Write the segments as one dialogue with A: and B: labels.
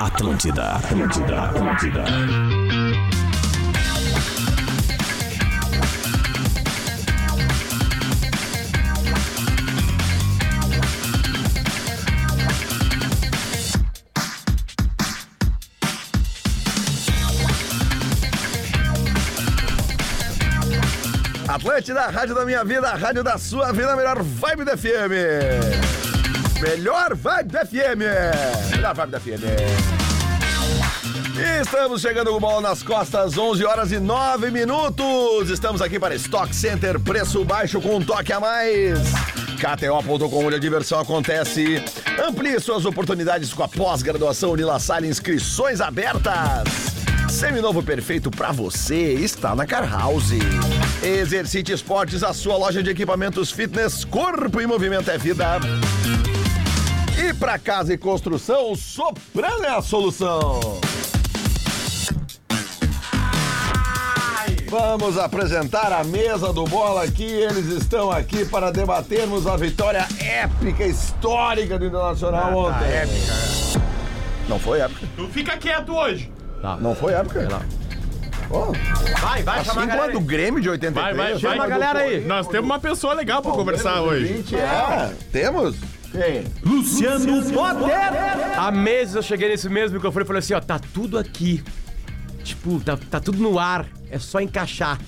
A: Atlântida, Atlântida, Atlântida.
B: Atlântida, a rádio da minha vida, a rádio da sua vida, a melhor vibe da FM. Melhor vibe da FM. Melhor vibe da FM. Estamos chegando com o bola nas costas, 11 horas e 9 minutos. Estamos aqui para Stock Center, preço baixo com um toque a mais. KTO.com, onde a diversão acontece. Amplie suas oportunidades com a pós-graduação Unila Salle, inscrições abertas. Seminovo perfeito para você está na Car House. Exercite Esportes, a sua loja de equipamentos fitness, corpo e movimento é vida. E para casa e construção, o Soprano é a solução. Vamos apresentar a mesa do Bola aqui. Eles estão aqui para debatermos a vitória épica, histórica do Internacional
C: Ah, tá,
B: ontem. épica.
C: é.
B: Não foi épica.
D: Tu fica quieto hoje.
C: Ah.
B: Não foi épica. Ó,
D: Vai, vai,
B: assim
D: a
B: quando
D: galera
B: o
D: aí.
B: Grêmio de 83.
D: Vai, vai,
B: chama
D: vai.
B: a galera aí.
D: Nós temos uma pessoa legal pra conversar hoje.
B: É, temos?
C: Há meses eu cheguei nesse mesmo microfone e falei assim, ó, tá tudo aqui. Tipo, tá, tá tudo no ar. É só encaixar.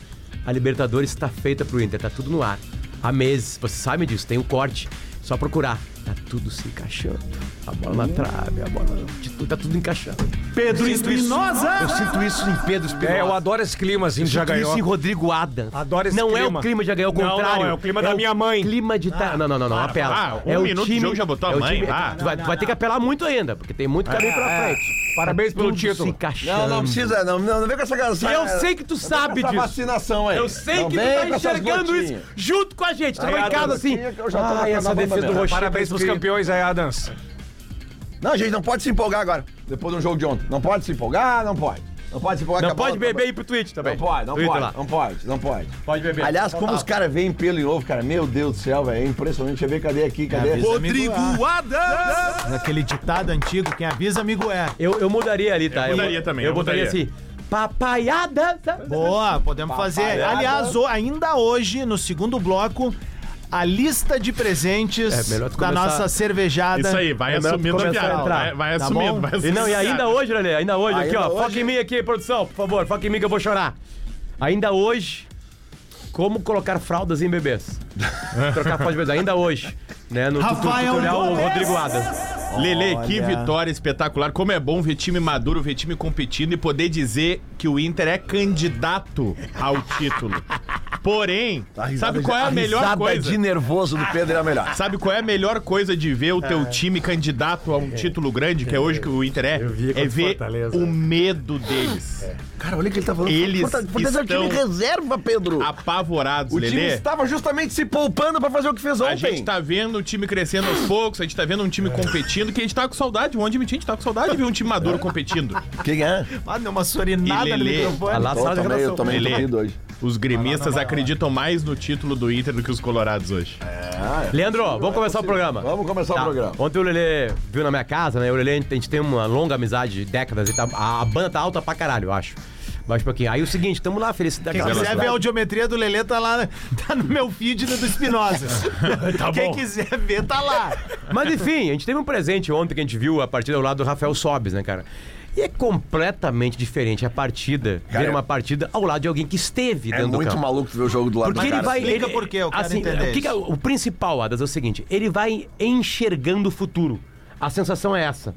C: A Libertadores tá feita pro Inter, tá tudo no ar. Há meses, você sabe disso, tem um corte. Só procurar. Tá tudo se encaixando. A bola na trave, a bola. de tudo, Tá tudo encaixando. Pedro Espinosa! Eu sinto isso em Pedro Espinosa.
E: É, eu adoro esse clima, assim, de já
C: Sinto
E: ganhou.
C: Isso em Rodrigo Adam.
E: Adoro esse
C: não Não é
E: clima.
C: o clima de já ganhou, ao
E: Não,
C: contrário.
E: não, é o clima da minha mãe.
C: Clima de. ta- não, não, não, não, apela.
D: ah, um
C: é o
D: minuto de
C: time,
D: jogo já botou a
C: é o
D: mãe,
C: time-
D: ah.
C: tu vai, tu vai ter que apelar muito ainda, porque tem muito caminho pra
E: é.
C: frente.
E: Parabéns
C: Tá
E: pelo
C: tudo
E: título.
C: Se encaixando.
B: Não, não precisa, não, não, não vem com essa canção.
C: Eu sei que tu sabe
B: essa
C: disso.
B: vacinação aí.
C: Eu sei
B: Não
C: que tu
B: vem
C: tá
B: com essas
C: enxergando
B: gotinhas.
C: isso junto com a gente. Tu vai em
B: Obrigado,
C: casa assim.
B: gotinha, que eu já tô na
C: Ah, essa
B: banda
C: defesa do
B: mesmo.
C: Rocher.
E: Parabéns pros campeões aí, Adams.
B: Não, gente, não pode se empolgar agora. Depois de um jogo de ontem. Não pode se empolgar, não pode. Não pode se empolgar. que
C: Não
B: a bola
C: pode
B: tá-
C: beber e ir pro Twitch também.
B: Não pode, não
C: Twitter
B: pode,
C: lá.
B: não pode, não pode. Então tá.
C: Pode beber.
B: Aliás, como os caras veem pelo em ovo, cara, meu Deus do céu, velho, é impressionante. Deixa eu ver, cadê aqui, cadê?
F: Rodrigo Adams! Aquele ditado antigo, quem avisa, amigo é.
C: Eu, eu mudaria ali, tá?
D: Eu mudaria também,
C: Eu
D: eu
C: botaria
D: mudaria.
C: assim. Papaiada.
F: Boa, podemos fazer. Aliás, o- ainda hoje, no segundo bloco, a lista de presentes
C: É, melhor tu
F: da
C: começar-
F: nossa cervejada.
D: Isso aí, vai
C: É melhor
D: assumindo a
C: começar a
D: piada.
C: entrar.
D: Vai, vai
F: Tá
D: assumindo,
F: bom?
D: vai
C: E
D: assumindo.
C: não, e ainda hoje, Lelê, ainda hoje, aqui,
B: Ainda
C: ó.
B: hoje.
C: Foca em mim aqui, produção, por favor. Foca em mim que eu vou chorar. Ainda hoje, como colocar fraldas em bebês. Trocar fraldas em bebês, ainda hoje. Né, no tutu-
B: é um
F: Rafael
C: tutorial
F: Gomes.
C: Rodrigo Adas.
D: Lele, que
F: Olha.
D: vitória espetacular. Como é bom ver time maduro, ver time competindo e poder dizer que o Inter é candidato ao título. Porém,
B: Tá
D: sabe qual é a melhor coisa?
B: de nervoso do Pedro é a melhor.
D: Sabe qual é a melhor coisa de ver o teu time candidato a um título grande, que é hoje que o Inter é?
E: vi contra
D: É
E: o
D: ver
E: Fortaleza.
D: o medo deles.
B: Cara, olha o que ele tá falando.
D: Eles
B: Forta- Fortaleza é o time
D: estão-
B: reserva, Pedro.
D: Apavorados,
B: O time
D: Lelê.
B: estava justamente se poupando pra fazer o que fez
D: A
B: ontem.
D: gente tá vendo o time crescendo aos poucos, a gente tá vendo um
C: É.
D: time competindo, que a gente tá com saudade, vamos admitir, a gente tá com saudade de ver um time
C: É.
D: maduro competindo.
B: Quem é?
F: Ah, deu uma sorinada
D: E
F: no
D: Lelê.
C: Ah,
F: microfone.
C: lá, sala de
B: tomei, eu
C: redação.
B: tomei
D: Lelê.
B: entupido hoje.
D: Os gremistas acreditam mais no título do Inter do que os colorados hoje.
C: Leandro, vamos começar o programa.
B: é Vamos começar
C: Tá.
B: o programa.
C: Ontem o Lelê viu na minha casa, né? O Lelê, a gente a gente tem uma longa amizade de décadas. e tá- a, a banda tá alta pra caralho, eu acho. Mas um pouquinho. Aí o seguinte, tamo lá, felicidade.
F: Quem quiser ver a audiometria do Lelê, tá lá tá no meu feed do do Espinosa. Quem quiser ver, tá lá.
C: Mas enfim, a gente teve um presente ontem que a gente viu a partida ao lado do Rafael Sobes, né, cara? E é completamente diferente a partida.
B: Cara,
C: ver uma partida ao lado de alguém que esteve
B: É
C: dentro do
B: muito
C: campo.
B: maluco ver o jogo do lado
C: Porque
B: do
C: ele
B: cara.
C: vai.
F: Explica
C: ele,
F: por quê, eu quero entender
C: o, que que é-
F: isso.
C: o principal, Adas, é o seguinte: ele vai enxergando o futuro. A sensação é essa.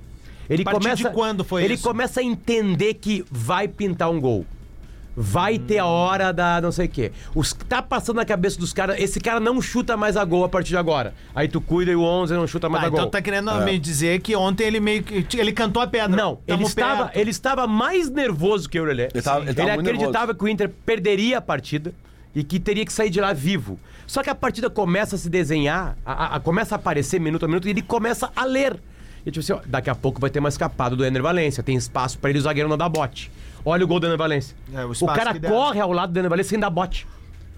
C: Ele
F: partir
C: começa.
F: de quando foi
C: ele
F: isso?
C: começa a entender que vai pintar um gol. Vai ter a hora da não sei o quê. Os, tá passando na cabeça dos caras. Esse cara não chuta mais a gol a partir de agora. Aí tu cuida e o 11 não chuta mais
F: Ah,
C: a gol.
F: então tá querendo me dizer que ontem ele meio que. Ele cantou a pedra.
C: É. Não, ele
F: Tamo
C: estava,
F: perto.
C: ele estava mais nervoso que o Lelê. Ele,
B: tava- ele tava muito
C: acreditava que o Inter perderia a partida e que teria que sair de lá vivo. Só que a partida começa a se desenhar, a- a- a- começa a aparecer minuto a minuto e ele começa a ler. E tipo assim, ó, daqui a pouco vai ter uma escapada do Ener Valência, tem espaço pra ele o zagueiro não dar bote. Olha o gol do Ener Valência.
F: É, o
C: o,
F: espaço
C: cara
F: que deram.
C: corre ao lado do Ener Valência sem dar bote.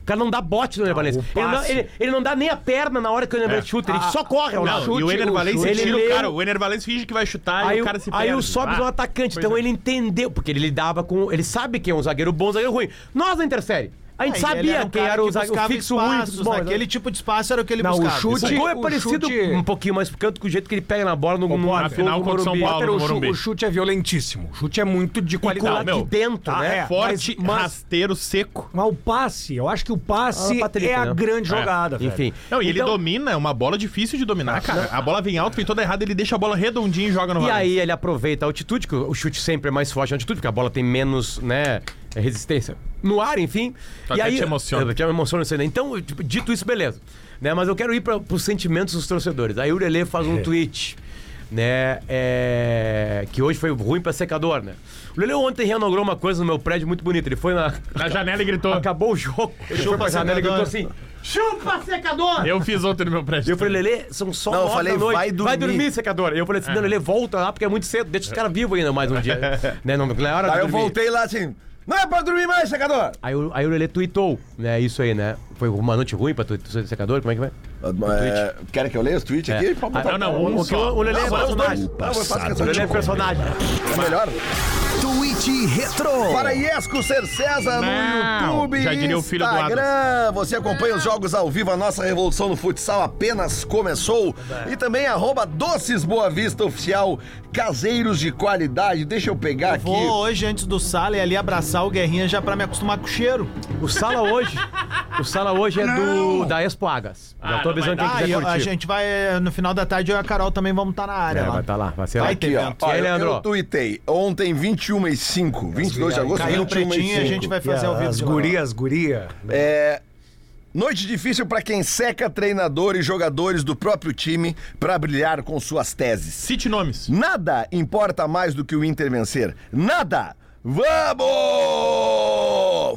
C: O cara não dá bote no Ener Valencia.
E: o
C: Ele, não dá-
E: passe.
C: ele- ele não dá nem a perna na hora que o Ener Valencia chuta. Ele só corre ao
D: Não,
C: lado.
D: e o Ener Valencia
C: chute.
D: tira o
C: Ele
D: cara.
C: leu.
D: O Ener Valencia finge que vai chutar
C: Aí,
D: e
C: o-
D: o cara se perde. Ah.
C: aí o Sobs é um atacante, então ele entendeu, porque ele lidava com. Ele sabe quem é um zagueiro bom, um zagueiro ruim. Nós na Intersérie. A gente
F: Ah, e ele
C: sabia
F: um
C: quem
F: cara
C: era o
F: que
C: zagueiro o
F: buscava
C: fixo
F: espaços,
C: ruim. dos bons,
F: Naquele tipo de espaço era o que ele
E: Não, o
F: buscava.
E: chute-
C: O gol é
E: o
C: parecido
E: chute-
C: um pouquinho mais pro canto que o jeito que ele pega na bola no, no,
D: Potter,
C: no
D: afinal,
C: jogo do
D: contra o São
C: Morumbi.
D: Paulo.
E: Potter, o, chu-
D: Morumbi.
E: o chute é violentíssimo. O chute é muito de
C: E com
E: qualidade.
C: lá
D: meu.
C: de dentro,
E: Tá,
C: né?
E: é.
D: Forte,
E: Mas- mas-
D: rasteiro, seco.
E: Mas o passe, eu acho que o passe
C: Ah, Patrick,
E: é a
C: né?
E: grande
D: É.
E: jogada, velho.
C: Enfim.
D: Não, e ele
C: Então-
D: domina, é uma bola difícil de dominar, cara. A bola vem alto, vem toda errada, ele deixa a bola redondinha e joga no
C: E
D: Valencia.
C: aí ele aproveita a altitude, que o chute sempre é mais forte na altitude, porque a bola tem menos, né, resistência no ar, enfim.
D: Tu
C: e
D: até
C: aí
D: te emociona.
C: Eu, te emociono, não sei, né? Então, tipo, dito isso, beleza. Né, mas eu quero ir para os sentimentos dos torcedores. Aí o Lelê faz um tweet, né, é, que hoje foi ruim para secador, né? O Lelê ontem reinaugurou uma coisa no meu prédio muito bonita. Ele foi na
D: Na janela e gritou.
C: acabou o jogo, Ah. ele foi pra janela e gritou assim: "Chupa secador!"
D: Eu fiz ontem no meu
C: E
D: prédio.
C: eu falei, Lelê, são só
B: Não, eu
C: nove
B: falei,
C: da noite.
B: vai dormir.
C: Vai dormir, secador. E eu falei assim, não, Lelê, volta lá, porque é muito cedo. Deixa os caras vivos ainda mais um dia. né, não, não é hora de
B: Aí eu
C: dormir.
B: voltei lá assim. Não é pra dormir mais, secador!
C: Aí, o- aí o Lelê tweetou, né, isso aí, né? Foi uma noite ruim pra tu, tu secador, como é que vai?
B: É, querem que eu leia os tweets aqui? Pode botar-
D: Não, não, um
C: O, que o,
D: só.
C: o Lelê é
B: Não, eu
C: personagem.
B: não, eu faço
C: O
B: questão de
C: Lelê é personagem.
B: melhor.
G: Tweet Retro.
B: Para Iesco Ser César no
D: Não,
B: YouTube
D: já diria o filho do
B: Instagram. Você acompanha os jogos ao vivo. A nossa revolução no futsal apenas começou. E também arroba Doces Boa Vista Oficial. Caseiros de qualidade. Deixa eu pegar aqui.
F: Vou hoje, antes do Sala, e ali abraçar o Guerrinha já pra me acostumar com o cheiro.
C: O Sala hoje... O Sala hoje é do, da Expo Agas. Já tô avisando quem
F: Ah,
C: quiser
F: e eu-
C: curtir.
F: a gente vai, no final da tarde, eu e a Carol também vamos estar na área
C: É,
F: lá.
C: vai
D: tá.
C: estar lá, vai ser lá.
F: Vai ter.
B: Aqui, ó.
F: evento.
B: Ó,
C: E aí,
B: eu-
C: é Leandro?
B: Eu tuitei. Ontem, 21 e 5. 22 de agosto,
F: Caiu
B: 21 e
F: pretinho e
B: 5.
F: a gente vai fazer ao vivo.
E: As
F: de lá.
E: gurias, guria.
B: É, Noite difícil pra quem seca treinador e jogadores do próprio time pra brilhar com suas teses.
D: Cite nomes.
B: Nada importa mais do que o Inter vencer. Nada! Vamos!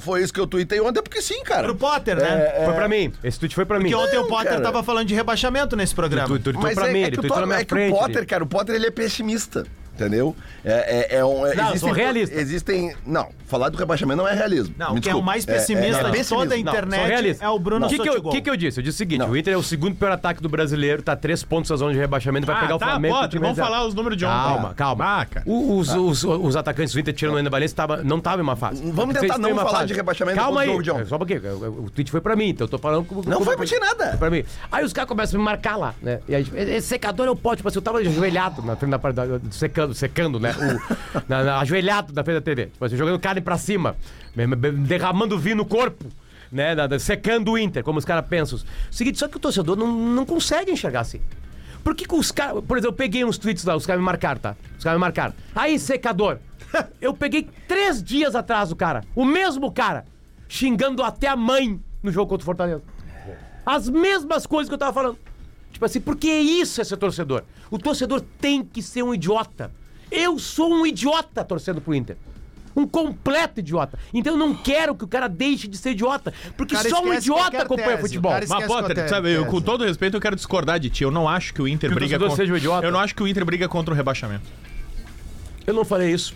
B: Foi isso que eu tuitei ontem, porque sim, cara. É,
F: Pro Potter, né?
C: Foi pra mim. Esse tweet foi pra mim.
F: Porque ontem o
B: Não,
F: Potter
B: cara.
F: tava falando de rebaixamento nesse programa.
C: Tu, tu, tu,
B: Mas
C: pra
B: é,
C: mim,
B: é
C: ele
B: que, o,
C: tweetou na
B: Po-
C: minha
B: é que o
C: frente.
B: Potter,
C: ele-
B: cara, o Potter ele é pessimista, entendeu? É, é- é um, é-
C: Não, eu sou realista.
B: Existem. Não, falar do rebaixamento não é realismo.
F: Não,
B: Me
F: o que é o
B: desculpa.
F: mais pessimista
B: é
F: de toda a
B: pessimismo.
C: Não,
F: internet
C: sou realista.
F: é o Bruno
C: O que, que, eu,
F: Sotigol.
C: que que eu disse? Eu disse o seguinte:
B: Não.
C: o Inter é o segundo pior ataque do brasileiro, tá três pontos na zona de rebaixamento, vai
D: Ah,
C: pegar o
D: tá,
C: Flamengo.
D: Potter,
C: com o time
D: vamos
C: reserva.
D: falar os números de ontem.
C: Calma, calma.
D: Ah, cara.
C: O- os, os, os atacantes do Inter tirando o Ener Valencia tava, não estavam em uma fase.
B: Vamos
C: Vocês
B: tentar
C: têm
B: não
C: uma
B: falar de rebaixamento
C: Calma
B: depois do
C: aí.
B: jogo de ontem.
C: Só um pouquinho. O, o tweet foi pra mim, então eu tô falando. Com,
B: Não
C: com-
B: foi pra ti nada.
C: Foi pra mim. Aí os caras começam a me marcar lá, né? E aí, esse secador é o pote, tipo assim, eu tava ajoelhado na frente da parede, da- secando, secando, né? O- na- na- ajoelhado na frente da TV. Tipo assim, jogando carne pra cima, me- me- derramando vinho no corpo. Né, da- da- secando o Inter, como os caras pensam. Seguinte, só que o torcedor não, não consegue enxergar assim. Por que, que os caras. Por exemplo, eu peguei uns tweets lá, os caras me marcaram, tá? Os caras me marcaram. Aí, secador. Eu peguei três dias atrás o cara, o mesmo cara, xingando até a mãe no jogo contra o Fortaleza. As mesmas coisas que eu tava falando. Tipo assim, porque isso é ser torcedor. O torcedor tem que ser um idiota. Eu sou um idiota torcendo pro Inter. Um completo idiota. Então eu não quero que o cara deixe de ser idiota. Porque
F: O cara
C: só um
F: esquece
C: idiota
F: qualquer
C: acompanha
F: tese,
C: futebol.
F: o cara esquece É.
D: Mas, Potter,
F: qualquer
D: sabe, eu,
F: tese.
D: com todo respeito, eu quero discordar de ti. Eu não acho que o Inter
C: Que o
D: briga
C: torcedor
D: contra.
C: seja um idiota.
D: Eu não acho que o Inter briga contra o rebaixamento.
C: Eu não falei isso.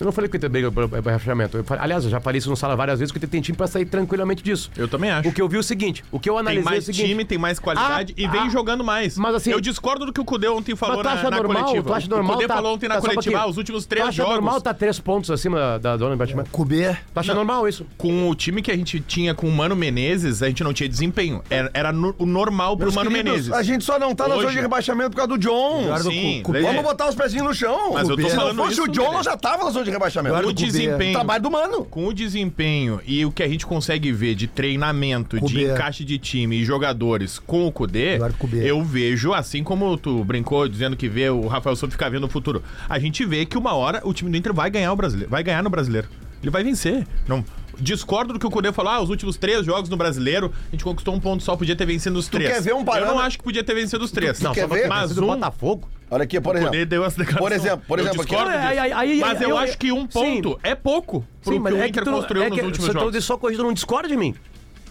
C: Eu não falei que o Inter briga pelo rebaixamento. Eu falei- aliás, eu já falei isso no sala várias vezes, que o Inter tem time pra sair tranquilamente disso.
D: Eu também acho.
C: O que eu vi é o seguinte, o que eu analisei
D: Tem mais
C: é o seguinte...
D: time, tem mais qualidade
C: Ah,
D: e vem
C: ah,
D: jogando mais.
C: mas assim-
D: eu discordo do que o Cudê ontem falou
C: Mas tu
D: na,
C: acha
D: na
C: normal?
D: coletiva.
C: Tu acha
D: o
C: normal?
D: Cudê falou ontem na
C: só um
D: coletiva, "Ah,
C: pouquinho.
D: os últimos
C: tu
D: três
C: acha
D: jogos.
C: normal tá três pontos acima da dona Batman?
B: Cubê.
C: Tu acha normal isso?
D: Com o time que a gente tinha com o Mano Menezes, a gente não tinha desempenho. Era, era no- o normal pro
B: Meus
D: Mano
B: queridos,
D: Menezes.
B: A gente só não tá na
D: Hoje.
B: zona de rebaixamento por causa do John.
D: Sim,
B: Cu- Vamos botar os pezinhos no chão.
D: Mas eu tô
B: Se
D: falando
B: não fosse o
D: isso,
B: John,
D: Lelê.
B: nós já tava na zona de rebaixamento.
D: o
C: é.
D: desempenho.
C: Tá
B: Trabalho do mano.
D: Com o desempenho e o que a gente consegue ver de treinamento, de encaixe de time e jogadores com o Kudê, eu vejo, assim como tu brincou dizendo que vê o Rafael Souza ficar vendo no futuro, a gente vê que uma hora o time do Inter vai ganhar o brasileiro, vai ganhar no brasileiro. Ele vai vencer. Não discordo do que o Kudê falou, ah, os últimos três jogos no brasileiro, a gente conquistou um ponto só, podia ter vencido os três.
B: quer ver um
D: Eu
B: parâmetro-
D: não acho que podia ter vencido os três.
B: quer
D: só-
B: ver?
D: Mas
C: do
D: um
C: Botafogo?
B: Olha aqui, por
D: o Kudê
B: exemplo.
D: deu essa declaração.
B: Por exemplo, por
D: Eu
B: exemplo, aqui, ó.
D: discordo disso.
C: Aí, aí, aí,
D: mas
C: aí,
D: eu
C: aí,
D: acho que um
C: sim.
D: ponto é pouco pro
C: Sim,
D: que
C: mas
D: o
C: é
D: Inter
C: que tu,
D: construiu
C: é
D: nos
C: que,
D: últimos
C: só-
D: jogos.
C: Então, só corrigindo, não discorda de mim.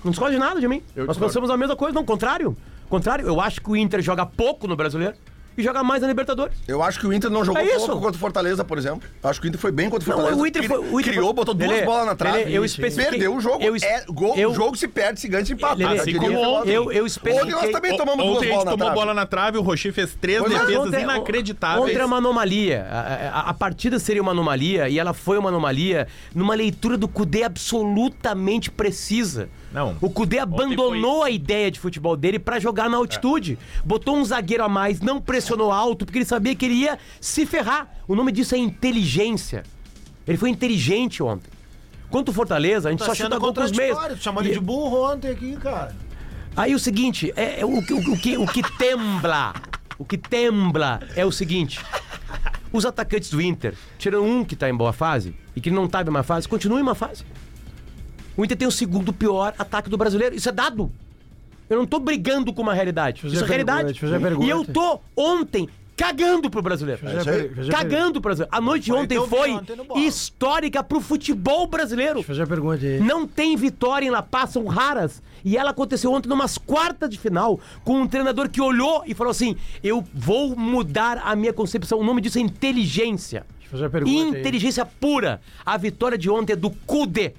C: Não discorda de nada de mim.
D: Eu
C: Nós
D: discordo.
C: pensamos a mesma coisa, não, o contrário. O Contrário, eu acho que o Inter joga pouco no brasileiro e jogar mais na Libertadores.
B: Eu acho que o Inter não jogou
C: É isso.
B: pouco contra o Fortaleza, por exemplo. Acho que o Inter foi bem contra o Fortaleza.
C: o Inter
B: Cri-
C: foi- o Inter
B: criou,
C: foi-
B: botou duas
C: Lelê,
B: bolas na trave.
C: Lelê, eu especifiquei-
B: Perdeu o jogo.
C: eu es-
B: é, gol,
C: eu-
B: o jogo se perde, se ganha, se empata.
C: Lelê,
B: Eu
D: assim
B: diria
D: como
B: que
D: ontem.
B: ontem.
C: Eu, eu
B: Ontem nós
C: especifiquei...
B: também tomamos duas bolas
D: Ontem a gente
B: na
D: tomou
B: trave.
D: bola na trave, o Rocher fez três
B: Pois é.
D: defesas
C: Ontem-
D: inacreditáveis.
C: Ontem era uma anomalia. A, a- a partida seria uma anomalia e ela foi uma anomalia numa leitura do Cudê absolutamente precisa.
D: Não.
C: O Cudê abandonou a ideia de futebol dele pra jogar na altitude. Botou um zagueiro a mais, não pressionou alto, porque ele sabia que ele ia se ferrar. O nome disso é inteligência. Ele foi inteligente ontem. Quanto o Fortaleza, a
F: Tá
C: gente só chuta gol com os meios.
F: Tu chamou ele
C: E-
F: de burro ontem aqui, cara.
C: Aí o seguinte, é, é o, que- o que, o que tembla, o que tembla é o seguinte. Os atacantes do Inter, tirando um que tá em boa fase e que não tá em uma fase, continua em uma fase. O Inter tem o segundo pior ataque do brasileiro. Isso é dado. Eu não tô brigando com uma realidade.
E: eu
C: Isso é
E: ver-
C: realidade.
E: deixa eu ver a
C: E
E: pergunta.
C: eu tô ontem cagando pro brasileiro. Cagando pro brasileiro. A noite de ontem
F: então,
C: foi
F: ontem no bola.
C: histórica pro futebol brasileiro.
E: Fazer a pergunta aí.
C: Não tem vitória em La Paz, são raras. E ela aconteceu ontem numas quartas de final com um treinador que olhou e falou assim: Eu vou mudar a minha concepção. O nome disso é inteligência.
E: Fazer a pergunta aí.
C: Inteligência pura. A vitória de ontem é do Cude.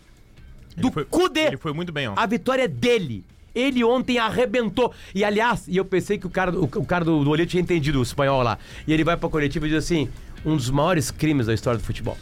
C: Do
D: foi-
C: Cude.
D: Ele foi muito bem ontem.
C: A vitória é dele. Ele ontem arrebentou. E aliás, e eu pensei que o cara, o, o cara do, do olheiro tinha entendido o espanhol lá. E ele vai pra coletiva e diz assim: um dos maiores crimes da história do futebol.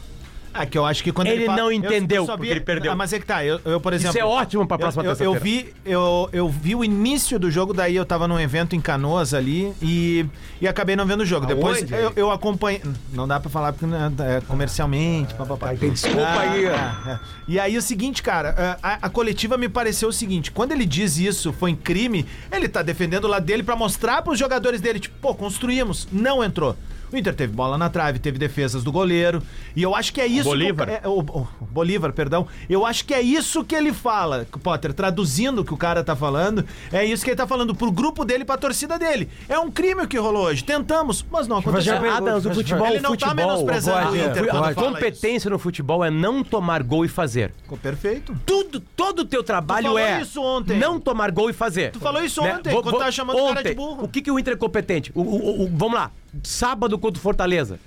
F: Ah, que eu acho que quando
C: Ele
F: fala-
C: não
F: eu- eu
C: entendeu
F: sabia-
C: porque ele perdeu.
F: Ah, mas é que tá, eu, eu, por exemplo...
C: Isso é ótimo pra próxima
F: eu, eu, eu
C: terça-feira.
F: vi eu, eu vi o início do jogo, daí eu tava num evento em Canoas ali e, e acabei não vendo o jogo. Depois eu, eu acompanhei. Não dá pra falar porque né, é comercialmente, papapá.
E: Aí tem Ah, desculpa aí, ó.
F: É. E aí o seguinte, cara, é, a, a coletiva me pareceu o seguinte, quando ele diz isso foi em crime, ele tá defendendo o lado dele pra mostrar pros jogadores dele, tipo, pô, construímos, não entrou. O Inter teve bola na trave, teve defesas do goleiro, e eu acho que é isso... que o-
D: Bolívar.
F: é, o, o- o Bolívar, perdão. Eu acho que é isso que ele fala, Potter, traduzindo o que o cara tá falando, é isso que ele tá falando pro grupo dele, pra torcida dele. É um crime o que rolou hoje, tentamos, mas não
E: fazer
F: aconteceu.
E: uma pergunta.
C: Adams, Ah, o
E: Mas
C: futebol,
F: ele não
C: futebol,
F: tá menosprezando
E: pode,
F: o Inter.
E: pode.
F: quando
C: A
F: fala isso.
C: competência no futebol é não tomar gol e fazer.
F: Ficou perfeito.
C: Tudo, todo o teu trabalho
F: Tu falou
C: é
F: isso ontem.
C: não tomar gol e fazer. Né?
F: Tu falou isso ontem, quando tava chamando o
C: ontem,
F: cara de burro.
C: O que, que o Inter é competente? O, o- o- vamos lá, sábado contra o Fortaleza.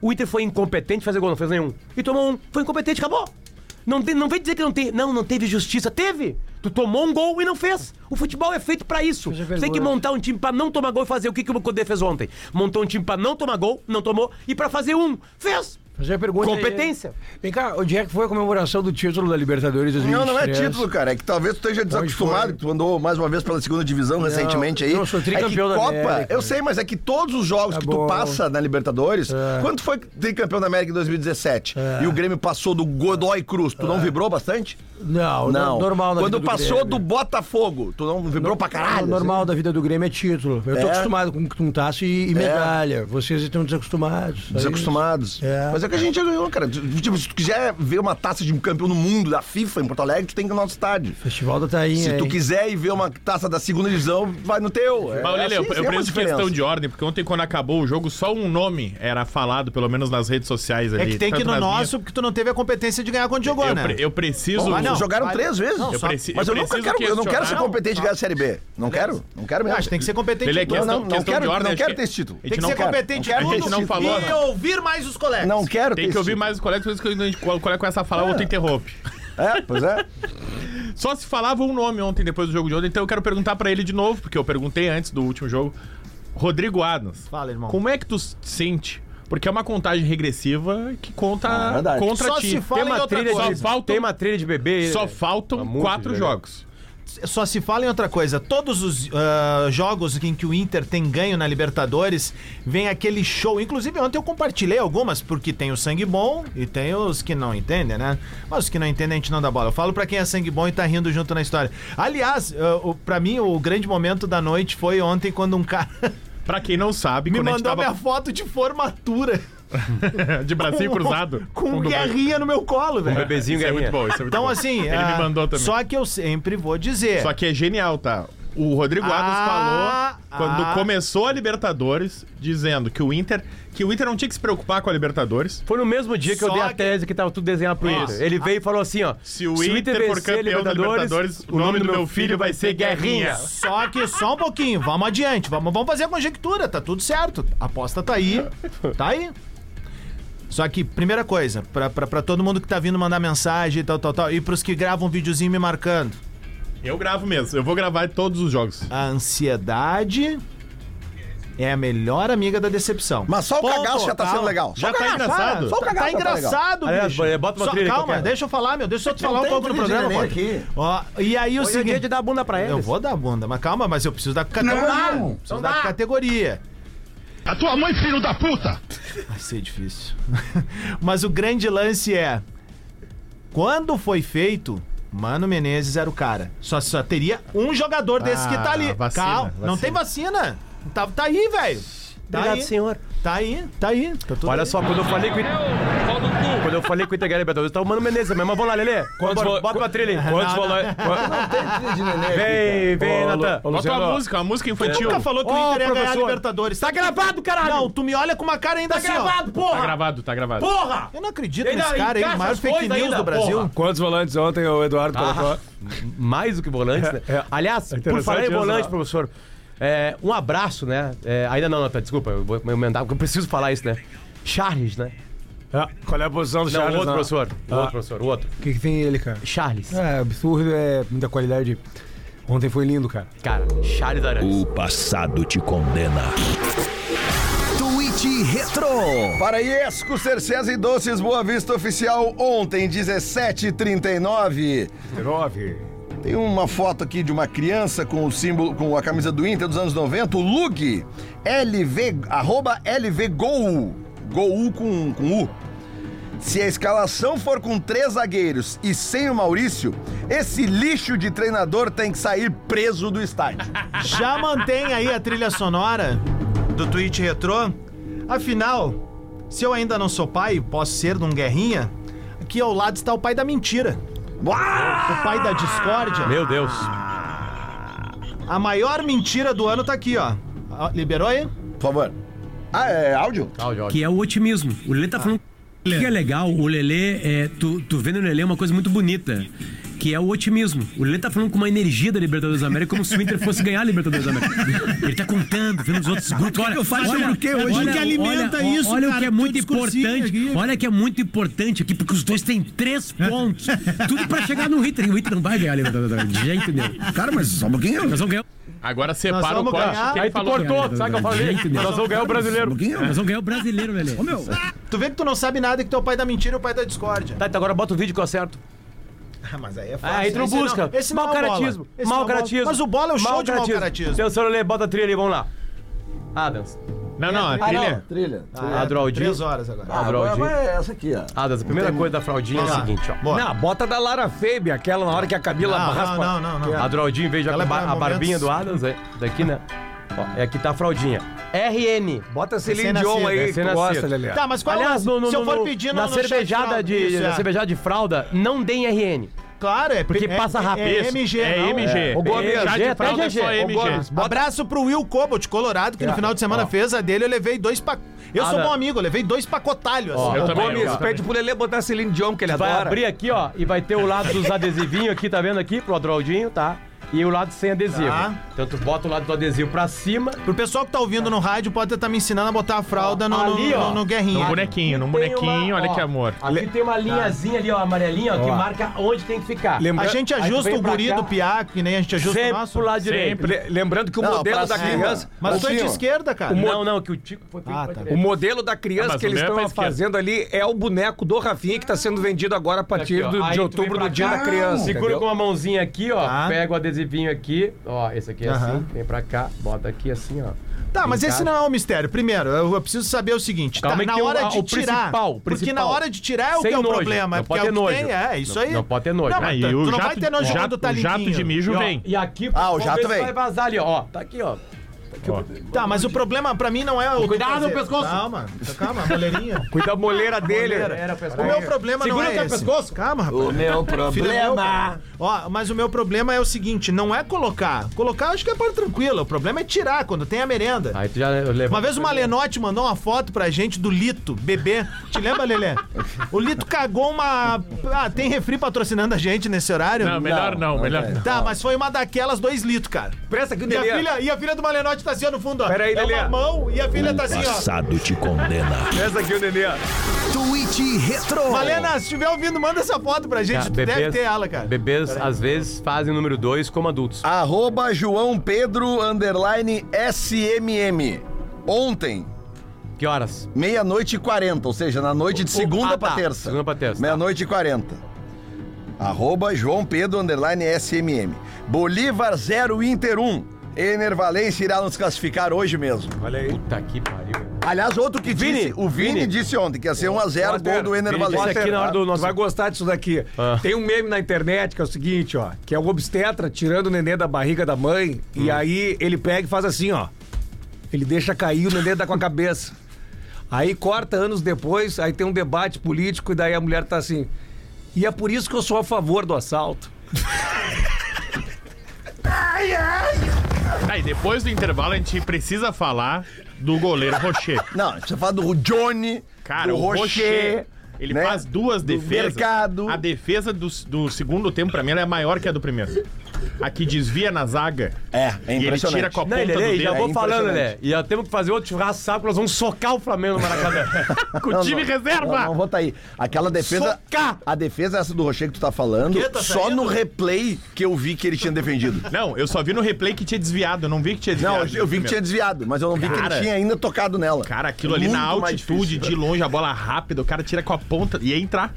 C: O Inter foi incompetente de fazer gol, não fez nenhum. E tomou um, foi incompetente, acabou. Não, tem- não vem dizer que não tem. Não, não teve justiça. Teve! Tu tomou um gol e não fez. O futebol é feito pra isso.
E: Mas é
C: Tu tem que
E: vergonha.
C: montar um time pra não tomar gol e fazer. O que, que o Codê fez ontem? Montou um time pra não tomar gol, não tomou, e pra fazer um. Fez!
E: Fazer a pergunta aí.
C: Competência.
E: Vem cá, onde é que foi a comemoração do título da Libertadores 2023?
B: Não, não é título, cara. É que talvez tu esteja desacostumado,
E: foi?
B: que tu andou mais uma vez pela segunda divisão recentemente aí.
E: não, eu sou tricampeão
B: é
E: da
B: que Copa,
E: América.
C: né?
B: eu sei, mas é que todos os jogos
E: Tá
B: que
E: bom.
B: tu passa na Libertadores,
E: É.
B: quando tu foi tricampeão da América em 2017
C: É.
B: e o Grêmio passou do Godoy Cruz, tu não vibrou bastante?
E: Não, não. normal na
B: Quando
E: vida
B: passou do
E: Grêmio.
B: Botafogo, tu não vibrou pra caralho? assim?
E: normal da vida do Grêmio é título. Eu tô
B: É.
E: acostumado com quintaço e, e medalha. Vocês estão desacostumados.
B: assim? Desacostumados.
E: É.
B: Mas é que a gente já ganhou, cara. Tipo, se tu quiser ver uma taça de um campeão no mundo da FIFA em Porto Alegre, tu tem que ir no nosso estádio.
E: Festival da Tainha.
B: Se tu
E: hein?
B: quiser ir ver uma taça da segunda divisão, vai no teu. É
D: Mas, Lelê,
B: assim,
D: eu, eu
B: é uma
D: preciso de
B: diferença.
D: questão de ordem, porque ontem, quando acabou o jogo, só um nome era falado, pelo menos nas redes sociais ali.
F: É que tem que ir
D: tanto
F: no
D: nas
F: nosso, porque tu não teve a competência de ganhar quando jogou,
D: minhas- Eu,
F: né?
D: pre- eu preciso.
F: Bom, mas não.
B: Jogaram
F: Vale-
B: três vezes?
F: Não,
D: eu
F: só-
D: preci-
B: Mas eu,
D: preciso
B: nunca quero, eu não quero ser
D: questionar-
B: competente e ganhar a Série B. Não quero, não quero mesmo.
F: Acho que tem que ser competente.
D: Lelê,
F: em tudo.
D: questão,
B: não, não
D: questão
B: quero-
D: de ordem.
B: não
D: acho
B: quero ter esse título.
D: A gente
F: Tem que
D: não
F: ser
D: quer.
F: competente
D: Não
F: em
D: quer,
F: tudo
D: A gente não falou.
F: e ouvir mais os colegas.
B: é Não quero ter
D: Tem que
B: esse
D: ouvir
B: título.
D: mais os colegas, por isso é que quando a gente quando o colega começa a falar, o outro interrompe.
B: É, pois é.
D: Só se falava um nome ontem, depois do jogo de ontem, então eu quero perguntar pra ele de novo, porque eu perguntei antes do último jogo. Rodrigo Adams.
F: Fala, irmão.
D: Como é que tu se sente? Porque é uma contagem regressiva que conta
B: É verdade.
D: contra
F: Ah, Só
D: ti.
F: se fala
D: Tem uma
F: em outra
D: trilha de-
F: coisa.
D: Só faltam,
C: Tem uma trilha de bebê.
D: só
C: né?
D: faltam
C: Uma
D: quatro
C: música, né?
D: jogos.
F: Só se fala em outra coisa. Todos os ah, jogos em que o Inter tem ganho na Libertadores, vem aquele show. Inclusive, ontem eu compartilhei algumas, porque tem o sangue bom e tem os que não entendem, né? Mas os que não entendem, a gente não dá bola. Eu falo pra quem é sangue bom e tá rindo junto na história. Aliás, ah, o- pra mim, o grande momento da noite foi ontem quando um cara
D: Pra quem não sabe,
F: me
D: quando a
F: mandou
D: gente tava
F: minha foto de formatura
D: de bracinho cruzado.
F: com um
D: do-
F: guerrinha no meu colo, velho.
C: bebezinho
D: isso é
C: guerrinha.
D: muito bom, isso é muito
F: Então,
D: bom.
F: assim.
D: Ele
F: ah,
D: me mandou também.
F: Só que eu sempre vou dizer.
D: Só que é genial, tá? O Rodrigo Adams
F: Ah,
D: falou quando
F: ah.
D: começou a Libertadores, dizendo que o Inter, que o Inter não tinha que se preocupar com a Libertadores.
C: Foi no mesmo dia que eu
F: Só
C: dei a
F: que-
C: tese que tava tudo desenhado pro
D: Ó,
C: Inter. Ele veio e falou assim, ó.
D: Se o Inter for
C: vencer a
D: campeão da Libertadores, o nome do meu filho vai ser
F: é
D: Guerrinha.
F: Só que só um pouquinho, vamos adiante, vamos, vamos fazer a conjectura, tá tudo certo. A aposta tá aí, tá aí. Só que, primeira coisa, pra, pra, pra todo mundo que tá vindo mandar mensagem e tal, tal, tal, e pros que gravam um videozinho me marcando,
D: Eu gravo mesmo, eu vou gravar todos os jogos.
F: a ansiedade é a melhor amiga da decepção.
B: Mas só o
F: Ponto,
B: cagaço já tá sendo legal.
D: Já
F: Só
D: tá
F: o cagaço,
D: engraçado?
F: Só o cagaço tá
B: Tá
F: engraçado,
C: legal.
F: bicho.
C: Aliás, é, bota uma
F: Só-
C: trilha
F: Calma,
C: qualquer.
F: deixa eu falar, meu. Deixa eu te
E: Não
F: falar um
E: tem
F: pouco no
E: trilha de
F: programa,
E: neném
F: Potter.
E: aqui.
F: Ó, e aí o
C: Hoje é
F: seguinte...
C: dia de dar a bunda pra eles.
F: Eu vou dar bunda, mas calma, mas eu preciso da categoria.
E: não
F: preciso da categoria. A tua mãe, filho da puta! Vai ser difícil. mas o grande lance é. Quando foi feito, Mano Menezes era o cara. Só, só teria um jogador desse que tá ali.
D: vacina,
F: Calma, não
D: vacina.
F: tem vacina. Tá, tá aí, velho. Tá
C: Obrigado,
F: aí.
C: senhor.
F: Tá aí, tá aí. Tá tudo
C: Olha
F: aí.
C: só, quando eu falei com o Quando eu falei com o Inter ganha a Libertadores, tá o Mano Menezes mesmo. Mas vamos lá, Lelê.
H: Quantos
C: Bora,
H: vo-
C: Bota uma trilha aí.
H: Quantos volantes.
C: Vem, vem, Natan.
D: Bota uma música, uma música infantil.
F: Nunca falou que o
C: Ô,
F: Inter ia ganhar a
C: professor.
F: Libertadores.
C: Tá gravado, caralho!
F: Não, tu me olha com uma cara ainda
C: tá
F: assim, ó.
C: gravado,
D: Tá
C: porra!
D: gravado, tá gravado.
C: Porra!
F: Eu não acredito
C: Ainda
F: nesse cara aí,
C: encaixa
F: o maior
C: as
F: fake
C: coisas
F: news
C: ainda,
F: do Brasil.
C: porra.
H: Quantos volantes ontem o Eduardo colocou?
C: Mais do que volantes, né?
H: É, é.
C: Aliás,
H: É
C: por
H: interessante
C: falar em
H: isso,
C: volante,
H: né?
C: professor, é, um abraço, né? É, ainda não, Natan, desculpa, eu vou emendar, porque eu preciso falar isso, né? Charles, né?
H: É, Qual é a posição do
C: Não,
H: Charles?
C: o outro
H: não?
C: professor. O
H: Ah.
C: outro professor, o outro.
H: O que, que tem ele, cara?
C: Charles.
E: Ah,
H: É, absurdo, é muita qualidade. Ontem foi lindo, cara.
C: Cara, Charles Arantes.
A: O passado te condena.
G: Twitch Retro.
B: Paraíesco, Cercés e Doces Boa Vista Oficial, ontem, 17h39.
H: Grove.
B: Tem uma foto aqui de uma criança com o símbolo, com a camisa do Inter dos anos 90, o Lug, LV, arroba LVGOU, GOU com, com U. Se a escalação for com três zagueiros e sem o Maurício, esse lixo de treinador tem que sair preso do estádio.
F: Já mantém aí a trilha sonora do Twitch Retrô. Afinal, se eu ainda não sou pai, posso ser de um guerrinha, aqui ao lado está o pai da mentira. O pai da discórdia.
C: Meu Deus.
F: A maior mentira do ano tá aqui, ó. Ó, Liberou aí?
B: Por favor. Ah, é áudio?
C: Áudio, áudio.
I: que é o otimismo. O Lelê tá falando que é legal. O Lelê, é, tu, tu vendo o Lelê é uma coisa muito bonita, que é o otimismo. O Lelê tá falando com uma energia da Libertadores da América, como se o Inter fosse ganhar a Libertadores da América. Ele tá contando, vendo os outros grupos. Olha, eu faço olha, o que hoje? Olha, que alimenta isso, Olha o que é muito importante. Olha que é muito importante aqui, porque os dois têm três pontos. Tudo pra chegar no Inter. E o Inter não vai ganhar a Libertadores da América. Já entendeu? Cara, mas só um pouquinho. Nós vamos ganhar.
D: Agora separa o
F: vamos
D: corte.
F: ganhar.
D: que é. ele
C: Aí tu
D: falou.
C: cortou, sabe o que eu falei?
I: Gente,
C: Nós vamos ganhar o brasileiro.
I: Nós vamos ganhar o brasileiro, Lelê. Ô, meu.
F: Tu vê que tu não sabe nada que tu é o pai da mentira e o pai da discórdia.
C: Tá, então agora bota o vídeo que eu acerto.
F: Ah, mas aí é fácil.
C: Ah, aí tu não
F: Esse
C: busca.
F: não- Esse não é
C: mau
F: o Bola.
C: caratismo.
F: Esse não é
C: Mau
F: o Bola.
C: caratismo.
F: Mas o bola é o show de mau caratismo.
C: Atenção, Lelê, bota a trilha aí, vamos lá. Adams.
D: Não, não, é- a
B: Ah,
D: trilha.
A: Trilha.
F: Ah,
C: Adro Aldir.
F: Três horas agora.
C: Abra o áudio.
A: é essa aqui, ó.
C: Adams, a primeira coisa da fraldinha é o seguinte, ó.
H: Não, bota da Lara Fabe, aquela na hora que a Camila
F: não, não, não, não.
C: A Droidinho veio já com
F: Ela é
C: ba-
F: pra
C: a
F: momentos-
C: barbinha do Adams, é, daqui, né? Ó, é aqui tá a fraldinha. RN.
H: Bota Celine
F: Recém-nascido,
H: Dion aí, que tu
C: recém-nascido.
H: gosta, Lelê.
F: Tá, mas qual é o
C: Aliás,
F: lance?
C: no, no,
F: Se eu
C: no-
F: for pedir
C: na
F: no- no
C: cervejada
F: chat,
C: de
F: isso,
C: na
F: é.
C: cervejada de fralda, não deem RN.
F: Claro, é
C: Porque
F: é-
C: passa rápido.
F: É,
C: Isso,
F: MG,
D: É
F: não,
D: MG.
H: é. O Gomes,
D: Já
C: até
D: de fralda é só
C: GG.
D: MG.
F: Abraço pro Will Cobalt, Colorado,
C: É.
F: que no final de semana fez a dele. Eu levei dois pa... Eu
C: Ah,
F: sou
C: não.
F: bom amigo, eu levei dois pacotalhos.
C: Ó,
F: assim.
D: Eu
H: O
D: também,
H: Gomes
D: eu também.
H: pede pro Lelê botar Celine Dion, que ele
C: Vai
H: adora.
C: abrir aqui, ó, e vai ter o lado dos adesivinhos aqui, tá vendo aqui? Pro Adroldinho, tá? E o lado sem adesivo.
F: Tá.
C: Então tu bota o lado do adesivo pra cima.
F: Pro pessoal que tá ouvindo no rádio, pode estar me ensinando a botar a fralda no, no-
C: Ali,
F: no-
C: ó.
F: no guerrinho.
D: Num Um bonequinho, num
C: Tem uma-
D: bonequinho, olha
C: ó,
D: que amor.
C: Aqui tem uma linhazinha ali, ó, amarelinha, ó, que marca onde tem que ficar.
H: Lembra-
F: A gente
C: Aí tu
F: ajusta
C: vem
F: o
C: pra
F: guri
C: cá.
F: do piá, que nem a gente ajusta
C: Sempre
F: o nosso.
C: pro lado direito.
H: Le- Lembrando que o
B: Não, pra
H: modelo da
B: cima.
H: criança.
F: Mas eu tô de
B: Pouquinho.
F: esquerda, cara.
C: Não, não, que o Tico foi
F: Ah, tá.
H: O modelo da criança
D: Ah, mas
H: que
D: o
H: eles
D: meu é pra
H: estão
D: esquerda.
H: fazendo ali é o boneco do Rafinha que está sendo vendido agora a partir
C: Aqui, ó.
H: do-
C: Aí
H: de
C: tu
H: outubro,
C: vem pra
H: do dia
C: cá,
H: da criança.
C: Segura
H: entendeu?
C: com a mãozinha aqui, ó.
F: Tá.
C: Pega o adesivinho aqui. Ó, esse aqui é assim. Vem pra cá. Bota aqui assim, ó.
F: Tá, mas esse
C: Encaixa.
F: não é um mistério. Primeiro, eu eu preciso saber o seguinte: tá,
C: Calma aí
F: na
C: que o-
F: hora
C: a-
F: de
C: o
F: tirar.
C: principal, o
F: Porque na
C: principal.
F: hora de tirar é o
C: Sem
F: que é o
C: nojo,
F: problema. É
C: não
F: porque
C: pode
F: é o
C: ter
F: que tem,
C: nojo.
F: é isso
C: Não-
F: aí.
C: não pode ter nojo.
F: Não,
C: Ah,
F: mas
D: Aí
F: tu,
D: o
F: tu não
D: jato,
F: vai ter nojo tá
D: jato-
F: do
D: o jato
F: talentinho.
D: de mijo
C: E, ó,
D: vem.
C: E aqui,
B: Ah, o
C: vamos
B: jato
C: ver se
B: vem.
C: vai vazar ali, ó. Tá aqui, ó.
F: Tá, mas o problema pra mim não é o.
C: Cuidado,
F: do fazer.
C: pescoço.
F: Calma, então calma, moleirinha.
C: Cuida da moleira dele.
F: O meu problema
C: Segura
F: não
C: até
F: é
C: o
F: esse.
C: pescoço.
F: Calma, rapaz.
C: O meu
F: Filho é meu,
C: problema.
F: cara. Ó, mas o meu problema é o seguinte, não é colocar. Colocar eu acho que é para tranquilo, o problema é tirar quando tem a merenda.
C: Aí tu já leva.
F: Uma vez o Malenotti mandou uma foto pra gente do Lito, bebê. Te lembra, Lelê? O Lito cagou uma... Ah, tem refri patrocinando a gente nesse horário?
D: Não, melhor não,
C: é.
D: melhor não.
F: Tá, mas foi uma daquelas dois litros, cara.
C: Presta aqui,
F: E a,
C: Lelê.
F: filha, e a filha do Malenotti tá assim, ó, no fundo, ó.
C: Peraí,
F: é
C: Lelê.
F: uma mão e a filha tá assim, ó.
A: Passado te condena.
C: Presta aqui, o Lelê.
G: Twitch Retro.
F: Malena, se estiver ouvindo, manda essa foto pra gente.
C: Tá,
F: tu
C: bebês-
F: deve ter ela, cara.
C: Bebês, às vezes, fazem o número 2 como adultos.
B: Arroba João Pedro underline SMM. Ontem,
C: Que horas?
B: meia-noite e 40, ou seja, na noite de segunda
C: ah,
B: pra
C: tá.
B: terça.
C: Segunda pra terça, tá.
B: Meia-noite e 40. Arroba João Pedro underline SMM. Bolívar 0 Inter 1. Enervalense irá nos classificar hoje mesmo.
C: Puta que pariu.
B: Aliás, outro que
C: Vini,
B: disse, o Vini,
C: Vini.
B: disse ontem que ia ser 1x0 gol do
C: Isso
B: Enervalense.
C: aqui na hora do
H: Tu
C: nosso.
H: vai gostar disso daqui.
C: Ah.
H: Tem um meme na internet que é o seguinte, ó. Que é o obstetra tirando o nenê da barriga da mãe. E
C: Hum.
H: aí ele pega e faz assim, ó. Ele deixa cair, o nenê dá com a cabeça. Aí corta anos depois, aí tem um debate político e daí a mulher tá assim. E é por isso que eu sou a favor do assalto.
D: Aí, depois do intervalo, a gente precisa falar do goleiro Rocher.
B: Não, você fala do Johnny,
D: Cara,
B: do
D: o Rocher.
B: Rocher.
D: Ele
B: né?
D: faz duas
B: Do
D: defesas.
B: mercado.
D: A defesa do, do segundo tempo, pra mim, ela é maior que a do primeiro. A que desvia na zaga.
B: É, é
D: E ele
B: impressionante.
D: tira com a
C: Não,
D: ponta do
C: Lelê, já
D: dedo.
C: vou
B: É
C: falando, Lelê.
B: impressionante.
C: E já temos que fazer outro churrasco, sabe? Nós vamos socar o Flamengo no Maracanã.
D: Com o time reserva.
B: Não, não vou tá aí. Aquela defesa.
C: Socar!
B: A defesa essa do Rocher que tu tá falando,
F: Que tá
B: só
F: saindo?
B: no replay que eu vi que ele tinha defendido.
D: Não, eu só vi no replay que tinha desviado, eu não vi que tinha desviado.
B: Não, eu vi que tinha desviado, mas eu não vi que
D: Cara.
B: ele tinha ainda tocado nela.
D: Cara, aquilo ali na
B: É Muito mais
D: altitude,
B: difícil,
D: de
B: velho.
D: longe, a bola rápida, o cara tira com a ponta e ia entrar.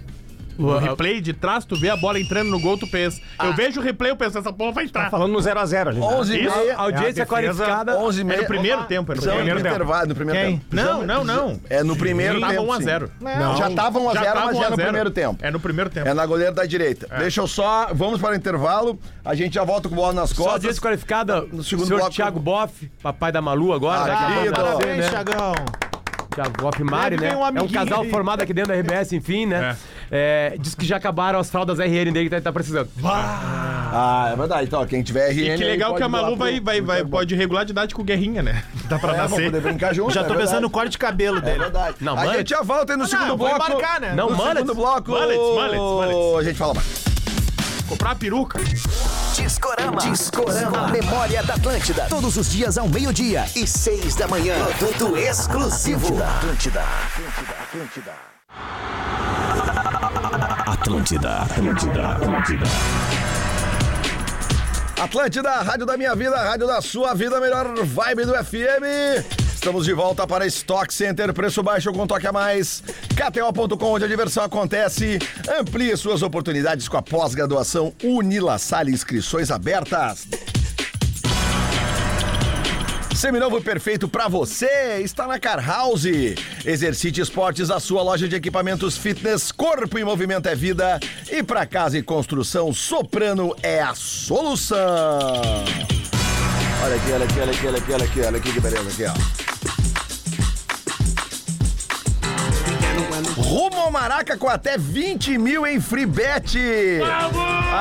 D: No replay de trás, tu vê a bola entrando no gol, tu pensa.
B: Ah.
D: Eu vejo o replay, eu penso, essa bola vai
C: Tá
B: Tá
D: entrar.
H: Falando no 0x0 ali.
B: 11 e
D: Isso.
B: meia.
C: A audiência
H: É a defesa-
C: qualificada.
B: 11 e meia.
D: É no primeiro tempo, é no
B: Precisamos
D: primeiro
B: ir pro
D: tempo.
B: intervalo, no primeiro
F: Quem?
B: tempo.
D: Não,
B: Precisamos-
D: não, não.
B: É no primeiro
D: Tava
B: tempo.
D: 1 a 0.
B: sim. Já tava 1 a 0 mas já no primeiro tempo.
D: É no primeiro tempo.
B: É na goleira da direita. Deixa eu só. Vamos para o intervalo. A gente já volta com bola nas
C: Só
B: costas.
C: audiência qualificada,
B: No
C: o
B: segundo
C: senhor
B: bloco-
C: Thiago Boff, papai da Malu agora.
B: Ah,
C: daqui a pouco,
B: querido.
C: né?
B: Parabéns,
F: Parabéns,
C: Né?
F: Chagão.
C: Thiago Boff e Mari,
F: Deve
C: né?
F: ter um
C: é um
F: amiguinho
C: casal
F: aí.
C: formado aqui dentro da RBS, enfim, né? É, diz que já acabaram as fraldas RN dele que tá, tá precisando.
B: Ah, é verdade. Então, quem tiver RN.
D: E que
B: aí
D: legal
B: pode
D: que a
B: ir
D: Malu
B: lá pro-
D: vai, vai, vai, pode regular de idade com o Guerrinha, né? Dá pra
B: É, vamos
D: nascer.
B: poder brincar junto.
F: Já
B: é
F: tô pensando no
B: verdade.
F: corte de cabelo
B: É
F: dele.
B: verdade.
C: Não,
B: a
C: mullet.
B: gente já volta aí no segundo
F: eu vou
B: bloco.
F: embarcar, né?
C: Não,
B: no
C: mullet.
B: segundo bloco.
D: Mullets, mullets, mullets.
B: A gente fala mais.
D: Comprar a peruca.
G: Discorama. Discorama. A memória da Atlântida. Todos os dias ao meio-dia e seis da manhã. Produto exclusivo da Atlântida. Atlântida. Atlântida. Atlântida.
B: Atlântida, a rádio da minha vida, a rádio da sua vida, a melhor vibe do FM. Estamos de volta para Stock Center, preço baixo com toque a mais. KTO.com, onde a diversão acontece. Amplie suas oportunidades com a pós-graduação Unila Sala, inscrições abertas. Seminovo perfeito pra você está na Car House. Exercite Esportes, a sua loja de equipamentos fitness, corpo em movimento é vida. E pra casa e construção, Soprano é a solução. Olha aqui, olha aqui, olha aqui, olha aqui, olha aqui, olha aqui que beleza aqui, ó. Rumo ao Maraca com até 20 mil em free bet.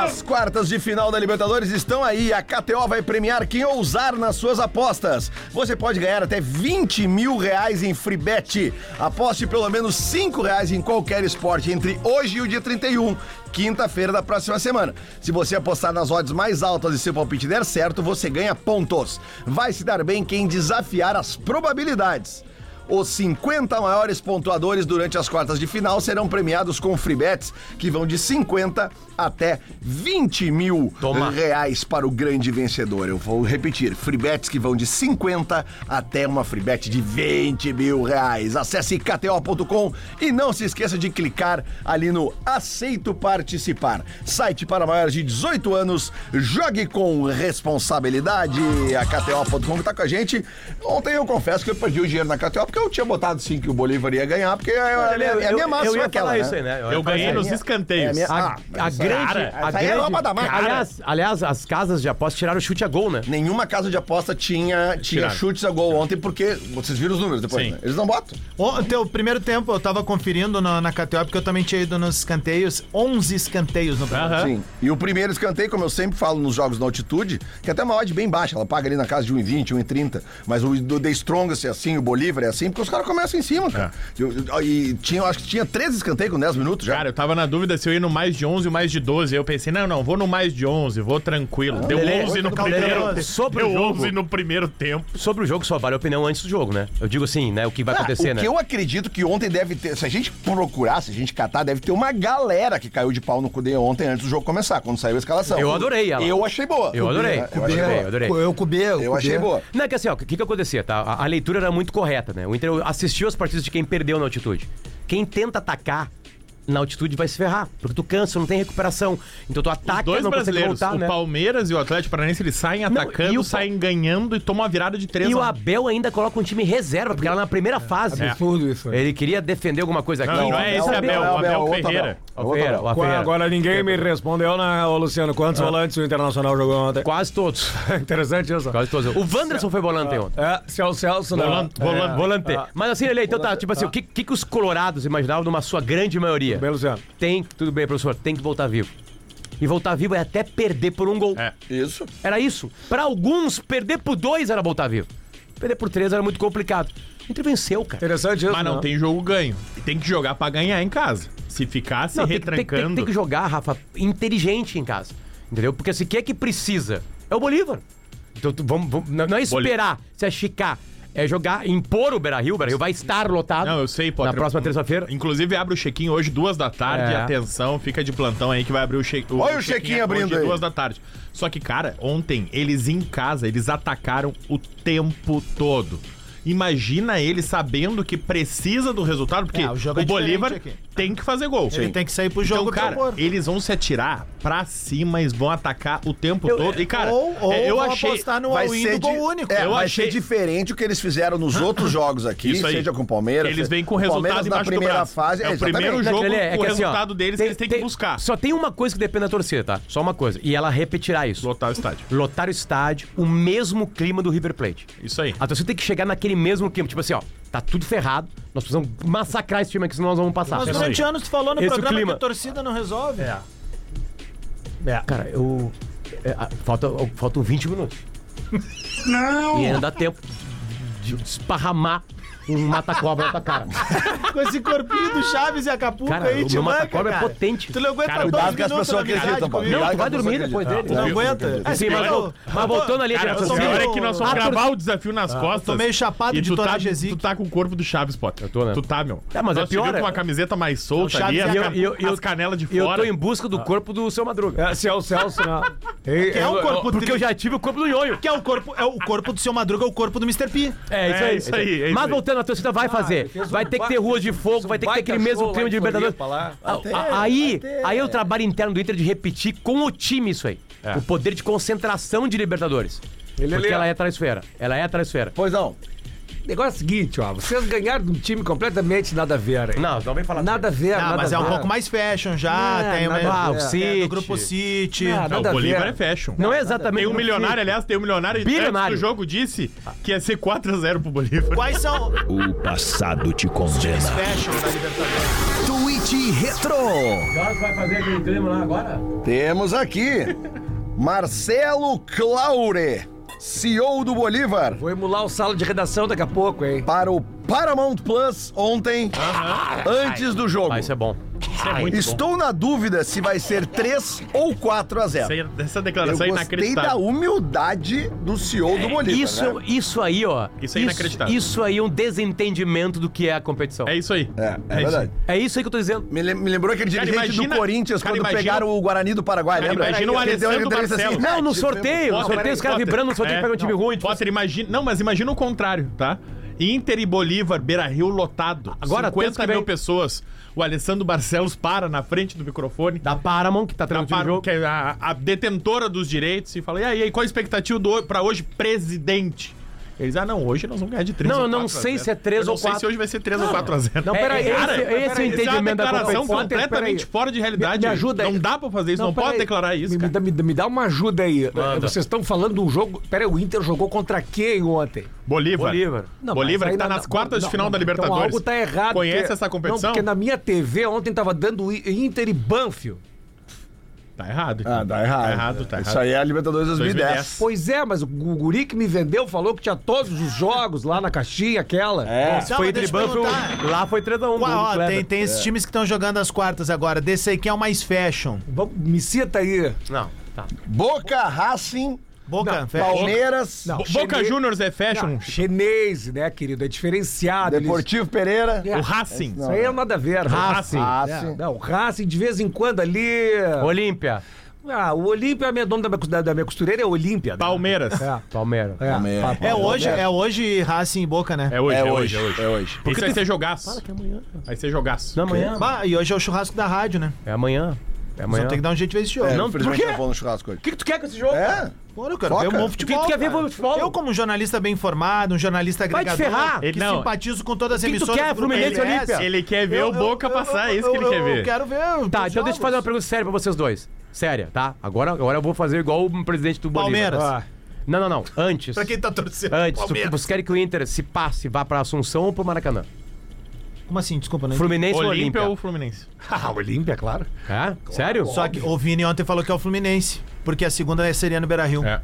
B: As quartas de final da Libertadores estão aí. A KTO vai premiar quem ousar nas suas apostas. Você pode ganhar até 20 mil reais em free bet. Aposte pelo menos 5 reais em qualquer esporte entre hoje e o dia 31, quinta-feira da próxima semana. Se você apostar nas odds mais altas e seu palpite der certo, você ganha pontos. Vai se dar bem quem desafiar as probabilidades. Os 50 maiores pontuadores durante as quartas de final serão premiados com free bets que vão de 50 até 20 mil
C: Toma.
B: reais para o grande vencedor. Eu vou repetir, free bets que vão de 50 até uma free bet de 20 mil reais. Acesse kto.com e não se esqueça de clicar ali no Aceito Participar. Site para maiores de 18 anos, jogue com responsabilidade. A kto.com que tá com a gente. Ontem eu confesso que eu perdi o dinheiro na KTO porque porque eu tinha botado sim que o Bolívar ia ganhar, porque é, é, é, é a minha máxima
C: eu ia
B: aquela,
C: falar
B: né?
C: isso aí, né?
D: Eu ganhei nos escanteios.
B: é
C: A, a grande. a
B: Ah, essa aí é
C: grande-
B: Europa da Mata.
C: aliás, aliás, as casas de aposta tiraram o chute a gol, né?
B: Nenhuma casa de aposta tinha, tinha
D: Tiraram.
B: chutes a gol ontem, porque vocês viram os números depois,
D: Sim.
B: né? Eles não botam.
F: Ontem, o primeiro tempo, eu tava conferindo na, na KTO, porque eu também tinha ido nos escanteios, 11 escanteios no primeiro
D: Aham.
B: Sim. E o primeiro escanteio, como eu sempre falo nos jogos na altitude, que é até uma odd bem baixa, ela paga ali na casa de 1,20, 1,30. Mas o do The Strongest é assim, o Bolívar é assim, porque os caras começam em cima, cara. Eu- eu- e tinha, eu acho que tinha 13 escanteios com 10 minutos já.
D: Cara, eu tava na dúvida se eu ia no mais de 11 ou mais de 12. Aí eu pensei, não, não, vou no mais de 11, vou tranquilo. Deu
C: Lelê,
D: 11 no
C: Lelê, Lelê,
D: primeiro
C: sobre o
D: Deu
C: jogo.
D: 11 no primeiro tempo.
C: Sobre o jogo, só vale a opinião antes do jogo, né? Eu digo assim, né? O que vai
B: Ah,
C: acontecer,
B: o
C: né?
B: que eu acredito que ontem deve ter, se a gente procurar, se a gente catar, deve ter uma galera que caiu de pau no Cudê ontem antes do jogo começar, quando saiu a escalação.
C: Eu adorei ela.
B: Eu achei boa.
C: Eu
B: Eu
C: adorei. Eu
B: achei
C: adorei,
B: boa.
C: adorei.
E: Eu cubei.
B: Eu achei boa.
C: Não, é que assim, ó, o que, que acontecia, tá? A, a leitura era muito correta, né? O Inter assistiu as partidas de quem perdeu na altitude. Quem tenta atacar na altitude vai se ferrar, porque tu cansa, não tem recuperação. Então tu ataca,
D: Dois
C: não consegue
D: brasileiros,
C: voltar,
D: o
C: né?
D: Palmeiras e o Atlético Paranaense, eles saem atacando,
C: e o-
D: saem ganhando e tomam a virada de 3
C: E o
D: a
C: Abel ainda coloca um time reserva, porque ela na primeira fase.
H: Absurdo isso. né?
C: Ele queria defender alguma coisa aqui.
D: Não, não é esse
B: Abel,
D: Abel, o Abel,
B: outro
D: Ferreira.
B: Abel.
C: Ó, Ferreira, ó, Ferreira.
H: Agora ninguém me respondeu, né, ô Luciano? Quantos volantes o Internacional jogou ontem?
C: Quase todos.
H: Interessante isso.
C: Quase todos. O Wanderson foi volante ontem.
H: É, Celso Celso, né?
D: Volante,
H: É.
D: volante,
C: Volante. Mas assim, ele então tá, tipo assim, o que, que, que os colorados imaginavam numa sua grande maioria?
H: Bem, Luciano.
C: Tem, tudo bem, professor, tem que voltar vivo. E voltar vivo é até perder por um gol.
D: É.
B: Isso.
C: Era isso. Pra alguns, perder por dois era voltar vivo. Perder por três era muito complicado. O Inter venceu, cara.
H: Interessante isso. né?
D: Mas não tem jogo ganho. E Tem que jogar pra ganhar em casa. Se ficar se
C: Não, tem, que- tem que- tem que-
D: retrancando.
C: tem que jogar, Rafa, inteligente em casa. Entendeu? Porque se quer que precisa é o Bolívar. Então tu- vamos, vamos- não não é esperar, se achicar. É jogar, impor o Beira-Rio. O Beira-Rio vai estar lotado.
D: Não, eu sei, Potter.
C: Na próxima terça-feira.
D: Inclusive, abre o check-in hoje, duas da tarde.
C: É.
D: Atenção, fica de plantão aí que vai abrir o check-in. é
B: Olha o check-in abrindo aí.
D: duas da tarde. Só que, cara, ontem, eles em casa, eles atacaram o tempo todo. Imagina ele sabendo que precisa do resultado, porque
F: É, o
D: o,
F: jogo é diferente
D: Bolívar
F: aqui.
D: tem que fazer gol.
F: Ele tem que sair pro
D: Então,
F: jogo,
D: cara,
F: pelo amor.
D: eles vão se atirar pra cima, eles vão atacar o tempo todo. E, cara,
F: ou, ou
D: é, eu
F: vão
D: achei.
F: apostar no
B: Vai
F: all-in
B: ser
F: do gol
B: de-
F: único.
B: É,
D: Eu
B: vai
D: achei-
B: ser diferente o que eles fizeram nos outros jogos aqui,
D: Isso aí.
B: seja com o Palmeiras.
D: Eles
B: seja-
D: vêm com
B: o
D: o resultado
B: Palmeiras na
D: embaixo do
B: primeira
D: braço.
B: fase.
D: É o
B: exatamente.
D: primeiro
C: Não,
D: jogo
C: Lelê,
D: o
C: assim, ó,
D: resultado deles que eles têm que buscar.
C: Só tem uma coisa que depende da torcida, tá? Só uma coisa. E ela repetirá isso.
D: Lotar o estádio.
C: Lotar o estádio, o mesmo clima do River Plate.
D: Isso aí.
C: A torcida tem que chegar naquele mesmo clima. Tipo assim, ó, tá tudo ferrado, nós precisamos massacrar esse time aqui, senão nós vamos passar.
F: Mas
C: Isso aí.
F: durante anos tu falou no
C: Esse é o
F: programa que
C: clima.
F: a torcida não resolve. É.
C: Cara, eu. é, a- falta, faltam 20 minutos. Não! E ainda dá tempo de esparramar um mata-cobra na tua cara.
F: Com esse corpinho do Chaves e Acapulco
C: Cara,
F: aí,
C: o
F: te
C: meu
F: manca,
C: mata-cobra é
F: cara.
C: potente.
F: Tu não aguenta
D: Cara,
F: dois
B: cuidado que as
F: minutos
B: pessoas
F: na amizade
B: acreditam,
F: comigo.
B: Paulo.
C: Não,
B: Cuidado
C: tu
B: que
C: vai
B: eu não
C: dormir
B: sou
C: depois dele.
F: Tu não aguenta. tipo,
C: É, sim, mas,
F: eu-
C: mas voltando ali,
D: Cara,
C: adiante,
D: essa
C: assim,
D: hora é que nós vamos
C: a tor-
D: gravar o desafio nas
C: Ah,
D: costas.
F: tô meio chapado
D: e
F: de
D: tu tá,
F: Torajesic.
D: tu tá com o corpo do Chaves, Potter.
C: Eu tô, né?
D: Tu tá, meu.
C: É, mas
D: nós
C: é pior,
D: te viu
C: é-
D: com uma camiseta mais solta
F: Chaves
D: ali,
F: e
D: as,
F: a-
D: ca-
C: eu- eu-
D: as canelas de
C: Eu
D: fora.
C: tô em busca do corpo do seu Madruga.
H: É, Celso Celso, né?
F: Que é o
H: Ah,
F: corpo
C: Porque eu
F: tri-
C: já tive o corpo do Nhonho.
F: Que é o corpo, é o corpo do seu Madruga, é o corpo do Mr. P.
C: É, isso
D: É,
C: aí.
D: isso aí, é isso
C: Mas
D: aí.
C: voltando, a torcida vai fazer.
H: fez um
C: Vai ter que ter
H: baita-
C: ruas de fogo,
H: um
C: vai ter que ter
H: baita
C: aquele mesmo
H: show
C: clima
H: lá
C: de
H: em
C: Libertadores.
H: Floripa, lá.
C: A-
H: ah,
C: a- Ah, Aí, aí é o trabalho interno do Inter de repetir com o time isso aí.
D: É.
C: O poder de concentração de Libertadores. Porque
H: ele-
C: ela é traiçoeira. Ela é traiçoeira.
H: Pois não. O negócio é o seguinte, ó. Vocês ganharam de um time completamente nada a ver aí.
C: Não, não então vem falar.
H: Nada a ver,
F: Ah,
H: nada
F: mas é
H: a
F: um
H: ver.
F: pouco mais fashion já,
H: Não,
F: tem
H: nada
F: uma,
H: a
C: ver.
F: é,
C: City.
F: do grupo City.
H: Não,
D: Não,
H: nada
D: o
H: a
D: Bolívar é
H: ver.
D: fashion.
C: Não é exatamente.
D: Tem um milionário, aliás, tem um milionário.
C: Bilionário.
D: Antes do jogo disse que ia ser 4x0 pro Bolívar.
F: Quais são
A: O passado te
F: os
A: condena.
F: fashion da Libertadores?
G: Twitch Retro.
C: vai fazer aquele clima lá agora?
B: Temos aqui Marcelo Claure, CEO do Bolívar,
H: Vou emular o sala de redação daqui a pouco, hein?
B: para o Paramount Plus ontem, antes do jogo.
C: Ah, isso é bom.
D: Isso é muito bom.
B: Estou na dúvida se vai ser 3 ou 4 a 0.
D: Essa- Essa
B: Eu
D: declaração
B: gostei
D: é inacreditável.
B: da humildade do CEO do Bolívar.
C: Isso,
B: né?
C: isso aí, ó.
D: Isso é inacreditável.
C: Isso aí é um desentendimento do que é a competição.
D: É isso aí.
B: É, é
D: isso aí.
B: verdade.
C: É isso aí que eu tô dizendo.
B: Me, lem- me lembrou aquele
D: Cara,
B: dirigente
D: imagina-
B: do Corinthians
D: cara,
B: quando
D: imagina-
B: pegaram o Guarani do Paraguai,
D: Cara,
B: lembra?
D: imagina o
B: Ele deu uma
D: Alessandro
B: entrevista
D: Marcelo.
C: Não, no
B: "Ah,
C: sorteio. No
D: Potter,
C: sorteio, os caras
D: Potter.
C: vibrando no sorteio,
D: É,
C: pegam um time
D: não,
C: ruim. tipo
D: Potter, imagina. Não, mas imagina o contrário, tá? Inter e Bolívar, Beira Rio lotado.
C: Agora, tanto
D: 50
C: que
D: mil
C: vem-
D: pessoas. O Alessandro Barcelos para na frente do microfone.
C: Da Paramount, que tá
D: na
C: transmitindo o
D: par-
C: jogo.
D: que é a, a detentora dos direitos e fala: e aí, qual a expectativa do, pra hoje, presidente?
F: Eles, ah, não, hoje nós vamos ganhar de 3
C: Não, eu não sei se é 3
D: Eu
C: ou
D: não sei se
C: 4.
D: hoje vai ser 3 ou 4 a 0.
C: Não, peraí,
D: Cara,
C: esse, esse é o
D: Isso é uma
C: entendimento da
D: declaração
C: competição.
D: completamente
H: peraí.
D: fora de realidade.
H: Me- me ajuda aí.
D: Não dá pra fazer isso, não,
H: peraí.
D: pode declarar isso,
H: Me, me
D: cara.
H: dá, me dá- me dá uma ajuda aí. É,
C: Manda.
H: Vocês estão falando de um jogo. Peraí, o Inter jogou contra quem ontem?
D: Bolívar.
C: Bolívar.
H: Não,
D: Bolívar
H: mas aí
D: que tá
H: na-
D: nas
H: na-
D: quartas de
H: não,
D: final
H: não,
D: da Libertadores.
H: Então algo tá errado.
D: Conhece
H: porque-
D: essa competição?
H: Não, porque na minha TV ontem tava dando I- Inter e Banfield.
D: Tá errado.
B: Ah, dá errado.
D: Tá errado, tá
B: Isso
D: errado.
B: aí é a Libertadores 2010.
D: 2010.
H: Pois é, mas o gu- guri que me vendeu falou que tinha todos os jogos lá na caixinha aquela.
B: É.
C: Se foi entre Banfield, lá foi 3x1.
F: Qual, ó, tem, tem
C: É.
F: esses times que estão jogando as quartas agora. Desse aí que é o mais fashion.
H: Vamos- Me cita aí.
C: Não, tá.
B: Boca, Racing,
F: Boca, fashion.
B: Palmeiras,
D: Bo- Boca Juniors é fashion.
H: Chinês, né, querido? É diferenciado. eles-
B: Deportivo Pereira.
D: O Racing.
H: Isso aí é nada a ver.
D: Racing.
H: É, Não, Racing de vez em quando ali.
C: Olímpia.
H: Ah, o Olímpia, o nome da minha, cos- da- da minha costureira é Olímpia. né?
D: Palmeiras.
H: É.
C: Palmeiras.
H: É,
B: Também é.
H: papo.
F: É hoje, é hoje Racing e Boca, né?
D: É hoje,
B: É
D: é
B: hoje,
D: hoje, é hoje.
B: é hoje.
D: Isso vai ser jogaço. Vai ser jogaço.
C: Não, amanhã.
F: Bah, e hoje é o churrasco da rádio, né?
C: É amanhã. É
F: Nós
C: amanhã.
F: vamos ter que dar um jeito de ver esse jogo.
B: É,
F: Não,
B: infelizmente
C: por quê?
B: não vou no churrasco hoje.
C: O que, que tu quer com esse jogo?
B: É?
F: Porra, eu quero
B: Foca.
F: ver um bom
C: O que que
F: futebol.
C: tu quer ver
F: cara.
C: com o futebol?
F: Eu, como um jornalista bem informado, um jornalista
C: Vai te
F: agregador,
C: ferrar.
F: que
D: Ele- não.
F: simpatizo com todas as
C: que tu
F: emissoras.
C: quer,
F: do grupo
C: Fluminense e
F: RS,
C: Olímpia?
D: Ele quer ver
F: eu-
D: o Boca
F: eu- eu-
D: passar, é isso
F: eu-
D: que ele quer ver.
F: Eu quero ver. os
C: Tá, então deixa eu fazer uma
F: jogos.
C: pergunta séria pra vocês dois. Séria, tá? Agora, agora eu vou fazer igual o presidente do Bolívar.
F: Palmeiras.
C: Não, não, não. Antes.
F: Pra quem tá torcendo.
C: Antes, tu,
F: Palmeiras.
C: vocês querem que o Inter se passe, vá pra Assunção ou pro Maracanã?
F: Como assim? Desculpa, não entendi.
C: Fluminense
D: Olímpia
C: ou
D: ou
C: Olímpia?
D: Fluminense?
H: Ah, Olímpia, claro.
C: É? Sério?
F: Só que o Vini ontem falou que é o Fluminense, porque a segunda seria no Beira-Rio.
D: É.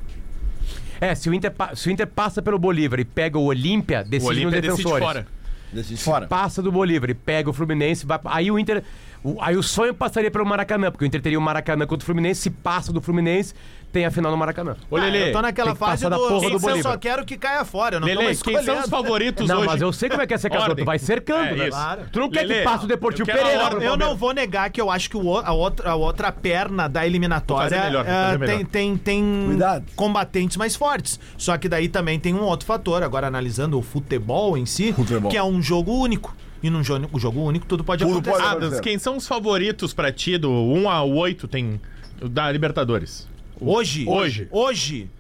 C: É, se o, Inter, pa- se o Inter passa pelo Bolívar e pega o Olímpia,
D: O
C: decide nos
D: Olímpia decide
C: defensores.
D: fora.
B: Decide fora.
C: Passa do Bolívar e pega o Fluminense, vai, aí o Inter. o- aí o sonho passaria pelo Maracanã, porque o Inter teria o Maracanã contra o Fluminense, se passa do Fluminense, tem a final no Maracanã.
D: Ô, Lelê,
F: eu tô naquela
C: tem que
F: fase
C: passar da porra do
F: do eu
C: Bolívar.
F: só quero que caia fora, eu não tô
D: Lelê,
F: mais
D: quem são os
F: escolhendo.
D: favoritos
C: Não,
D: hoje?
C: mas eu sei como é que é cercador,
D: Ordem.
C: tu vai cercando,
D: É,
C: né?
D: isso.
C: Claro. Tu não quer
D: Lelê,
C: que passe o
D: eu
C: Deportivo
D: quero
C: Pereira.
D: a
C: pro
D: ordem.
F: Eu
C: Palmeiras.
F: não vou negar que eu acho que o, o- a, outra, a outra perna da eliminatória
D: Vou fazer melhor, vou
F: eh,
D: fazer melhor.
F: tem, tem, tem
B: Cuidado.
F: combatentes mais fortes. Só que daí também tem um outro fator, agora analisando o futebol em si,
B: Futebol.
F: que é um jogo único. E num jogo, jogo único tudo pode
B: Tudo
F: acontecer. Ah,
B: pode-
D: Adams, quem são os favoritos pra ti do 1 a 8 tem da Libertadores?
F: Hoje,
D: Hoje.
F: hoje,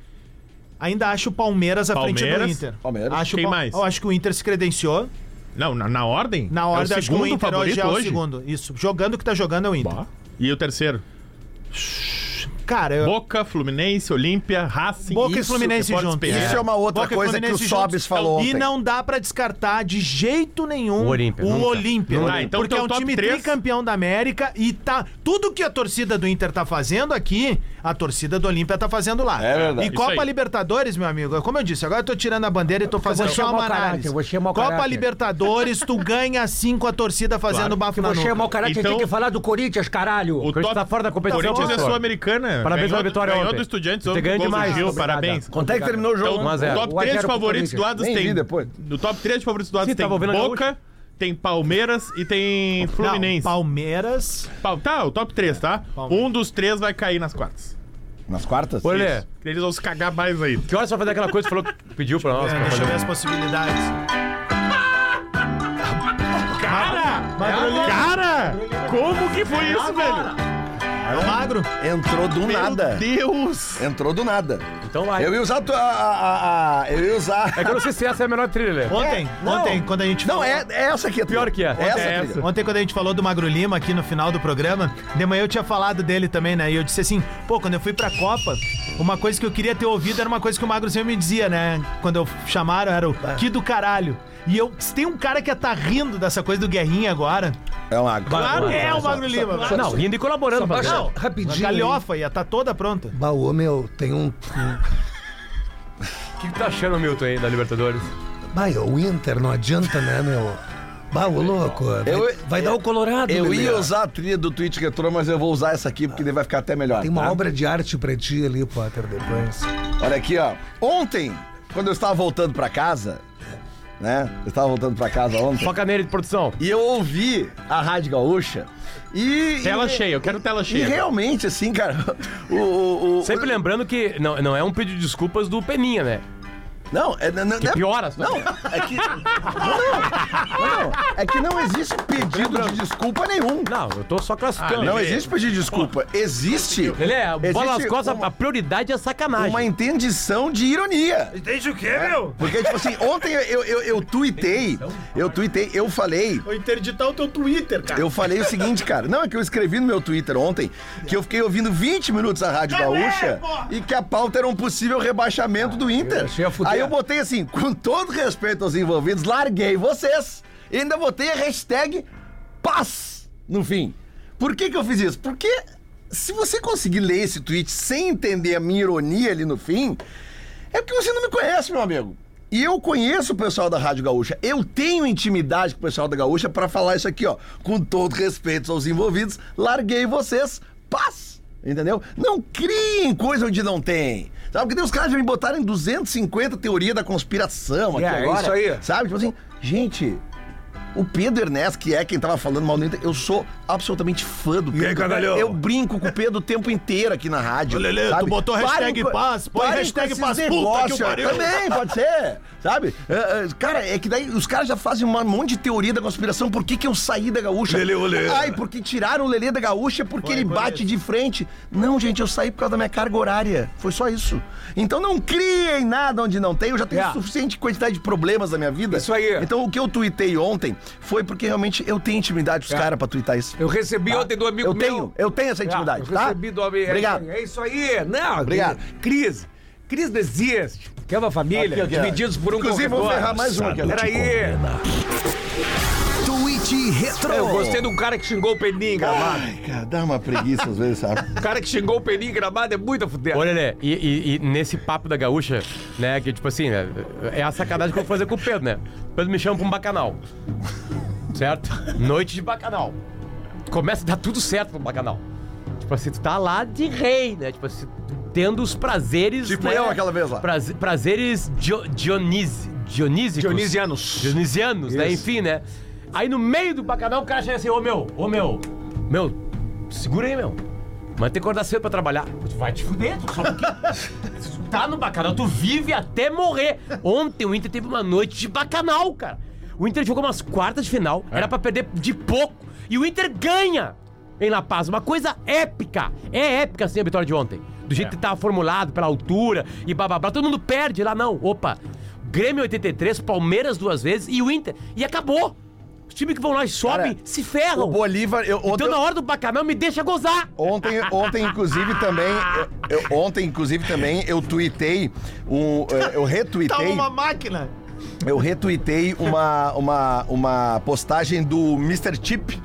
F: ainda acho o Palmeiras à frente do
D: Palmeiras.
F: Inter.
B: Palmeiras.
F: Acho o
D: Quem
F: Pal-
D: mais?
F: Eu acho que o Inter se credenciou.
D: Não, na, na ordem?
F: Na
D: É o
F: ordem, acho que o
D: segundo
F: Inter hoje
D: favorito
F: é o segundo. Isso. Jogando o que tá jogando é o Inter.
D: Bah. E o terceiro?
F: Cara, eu,
D: Boca, Fluminense, Olímpia, Racing.
F: Boca e
D: Isso,
F: Fluminense
D: Deportes
F: junto.
D: Pereira.
B: Isso é uma outra
F: Boca e
B: coisa que o
F: Fluminense
B: Sobis
F: juntos.
B: falou ontem.
F: E não dá pra descartar de jeito nenhum
C: O Olímpia,
F: o
C: nunca.
F: Olímpia.
D: Não dá, então
F: porque é
D: teu
F: um
D: top
F: time
D: três.
F: tricampeão da América e tá. Tudo que a torcida do Inter tá fazendo aqui, a torcida do Olímpia tá fazendo lá.
B: É verdade.
F: E
B: Isso
F: Copa
D: aí.
F: Libertadores, meu amigo, como eu disse, agora eu tô tirando a bandeira e tô fazendo
H: vou
F: só
H: chamar
F: uma
H: o caráter,
F: análise.
H: eu vou chamar o
F: Copa
H: caráter.
F: Libertadores, tu ganha assim com a torcida fazendo bafo
H: Que
F: na
H: você é
F: nuca.
H: mau caráter,
D: Então-
H: tem que falar do Corinthians, caralho.
D: O
C: Corinthians
D: top-
C: tá fora da competição.
D: Corinthians é
C: professor.
D: sul-americana. Ganhou
C: Parabéns pela
D: do-
C: vitória
D: Ganhou
C: ontem.
D: do Estudiantes,
C: Você
D: ontem
C: ganhou
D: com gols do
C: demais.
D: Gil,
C: Obrigado.
D: parabéns.
B: Quanto é que terminou o jogo?
D: Então,
C: Um a zero.
D: o top
H: Um a
D: 3
H: zero pro
D: favoritos do
H: Corinthians.
D: Adams
B: Nem vi
D: tem.
B: depois.
D: No top 3 favoritos do Adams
C: Sim,
D: tem
C: tava ouvindo a
D: Boca, tem Palmeiras e tem
F: Não,
D: Fluminense.
F: Palmeiras.
D: Pa- Tá, o top 3, tá?
F: Palmeiras.
D: Um dos três vai cair nas quartas.
B: Nas quartas?
C: Olê,
D: Isso. Eles vão se cagar mais ainda.
C: que hora você vai fazer aquela coisa que falou que pediu pra nós?
F: É,
C: pra
F: deixa eu ver
C: fazer?
F: as possibilidades.
D: Cara! Cara! Como que foi isso, velho?
F: É o magro.
B: Entrou do nada.
D: Meu Deus!
B: Entrou do nada.
C: Então vai.
B: Eu ia usar. a tua- a- a- a- eu ia usar.
C: É que eu não sei se essa é a melhor trilha, Lelê.
F: Ontem,
B: É, não.
F: ontem, quando a gente
B: Não,
F: falou-
B: é, é essa aqui.
C: Pior que é.
B: Essa,
C: Ontem é
B: trilha.
C: essa.
F: Ontem, quando a gente falou do Magro Lima aqui no final do programa, de manhã eu tinha falado dele também, né? E eu disse assim, pô, quando eu fui pra Copa, uma coisa que eu queria ter ouvido era uma coisa que o Magro sempre me dizia, né? Quando eu chamaram, era o que do caralho. E eu, se tem um cara que ia tá rindo dessa coisa do Guerrinha agora,
B: É um água.
F: claro,
C: claro,
F: é
C: claro,
F: o Magro Lima. Claro.
C: Não, rindo e colaborando. pra
F: Não,
C: ganhar.
F: a
E: Rapidinho.
F: galhofa ia tá toda pronta.
E: Baú, meu, tem um.
C: O que que tá achando, Milton, aí, da Libertadores?
E: Vai, o Inter, não adianta, né, meu? Baú, louco. Vai,
B: Eu-
E: vai dar o Colorado,
B: Eu
E: Lelê.
B: ia usar a trilha do Twitch Retro, mas eu vou usar essa aqui porque daí vai ficar até melhor.
E: Tem uma
B: tá?
E: obra de arte pra ti ali, Potter, depois.
B: Olha aqui, ó. Ontem, quando eu estava voltando pra casa, né? Eu estava voltando pra casa ontem.
C: Foca nele, produção.
B: E eu ouvi a Rádio Gaúcha e.
D: Tela
B: e,
D: cheia, eu quero tela
B: E
D: cheia.
B: realmente, assim, cara, o. o, o
C: Sempre lembrando que não, não é um pedido de desculpas do Peninha, né?
B: Não, é, não, não, não é-
C: Piora a situação.
B: não, é que. Não, não, não, é que não existe pedido de desculpa nenhum.
C: Não, eu tô só
D: Ah,
C: classificando.
B: Não existe pedido de desculpa. Existe.
C: Ele é, bola nas
B: existe
C: costas,
B: uma-
C: a prioridade é a sacanagem.
B: uma entendição de ironia.
F: Entende o quê, meu?
B: Porque, tipo assim, ontem eu, eu, eu tuitei, eu tuitei, eu falei,
F: Vou interditar o teu Twitter, cara.
B: eu falei o seguinte, cara. Não, é que eu escrevi no meu Twitter ontem que eu fiquei ouvindo 20 minutos a Rádio Gaúcha e que a pauta era um possível rebaixamento do Inter.
H: achei a fuder.
B: Aí eu botei assim, com todo respeito aos envolvidos, larguei vocês. E ainda botei a hashtag paz no fim. Por que que eu fiz isso? Porque se você conseguir ler esse tweet sem entender a minha ironia ali no fim, é porque você não me conhece, meu amigo. E eu conheço o pessoal da Rádio Gaúcha. Eu tenho intimidade com o pessoal da Gaúcha pra falar isso aqui, ó. Com todo respeito aos envolvidos, larguei vocês. Paz! Entendeu? Não criem coisa onde não tem. Sabe? Porque tem os caras já me botaram em 250 teoria da conspiração aqui
H: É, é
B: agora.
H: isso aí.
B: Sabe? Tipo assim, gente, o Pedro Ernesto, que é quem tava falando mal do Inter, eu sou absolutamente fã do Pedro.
H: aí, cagalhão?
B: Eu brinco com o Pedro o tempo inteiro aqui na rádio.
F: Ô, Lelê, tu botou hashtag
B: com-
F: paz, põe
B: parem
F: hashtag
B: com esses
F: paz, puta que
B: negócios.
F: o pariu.
B: Também, pode ser, sabe? É, é, cara, é que daí os caras já fazem um monte de teoria da conspiração. Por que que eu saí da gaúcha? Lelê, olê. Ai, porque tiraram o Lelê da gaúcha é porque ele bate de frente. Não, gente, eu saí por causa da minha carga horária. Foi só isso. Então não criem nada onde não tem. Eu já tenho
H: É.
B: suficiente quantidade de problemas na minha vida.
H: Isso aí.
B: Então o que eu tuitei ontem foi porque realmente eu tenho intimidade com os caras pra tuitar isso.
H: Eu recebi ontem do amigo
B: Tá. eu
H: meu.
B: tenho, eu tenho essa intimidade,
H: Ah, eu
B: tá?
H: recebi do amigo.
B: Obrigado.
H: É isso aí. Não,
B: Obrigado.
H: Cris. Cris desiste. Que é uma família,
B: Aqui, aqui, ó.
H: divididos por um
B: Inclusive, vou
H: corredor.
B: ferrar mais um aqui. ó.
H: Peraí. é.
G: Tweet Retro.
H: Eu gostei de um cara que xingou o Peninho gramado.
B: Ai, cara, dá uma preguiça às vezes, sabe?
H: O cara que xingou o Peninho gramado é muito fuder.
C: Olha, né? E, e- e nesse papo da gaúcha, né? Que tipo assim, né, é a sacanagem que eu vou fazer com o Pedro, né? O Pedro me chama pra um bacanal. Certo? Noite de bacanal. Começa a dar tudo certo no bacanal. Tipo assim, tu tá lá de rei, né? Tipo assim, tendo os prazeres.
B: Tipo
C: né,
B: eu aquela vez lá.
C: praze- prazeres dio, Dionís, dionísicos.
H: Dionisianos.
C: Dionisianos, né? Enfim, né? Aí no meio do bacanal o cara chega assim, ô meu, ô meu, meu, segura aí, meu. Mas tem que acordar cedo pra trabalhar. Tu vai te fuder, tu só um pouquinho. Tu tá no bacanal, tu vive até morrer. Ontem o Inter teve uma noite de bacanal, cara. O Inter jogou umas quartas de final, era pra perder de pouco. E o Inter ganha em La Paz. Uma coisa épica. É épica, assim, a vitória de ontem. Do jeito que tava formulado, pela altura e bababá. Todo mundo perde lá, não. Opa. Grêmio 83, Palmeiras duas vezes e o Inter. E acabou. Os times que vão lá e sobem
B: Cara,
C: se ferram.
B: O Bolívar, eu, ontem,
C: Então na hora do bacanal me deixa gozar.
B: ontem, ontem, inclusive, também. eu- eu- ontem, inclusive, também, eu tuitei um. eh, Eu
F: Tá
B: retuitei.
F: uma máquina.
B: Eu retuitei uma, uma, uma postagem do Mr. Chip.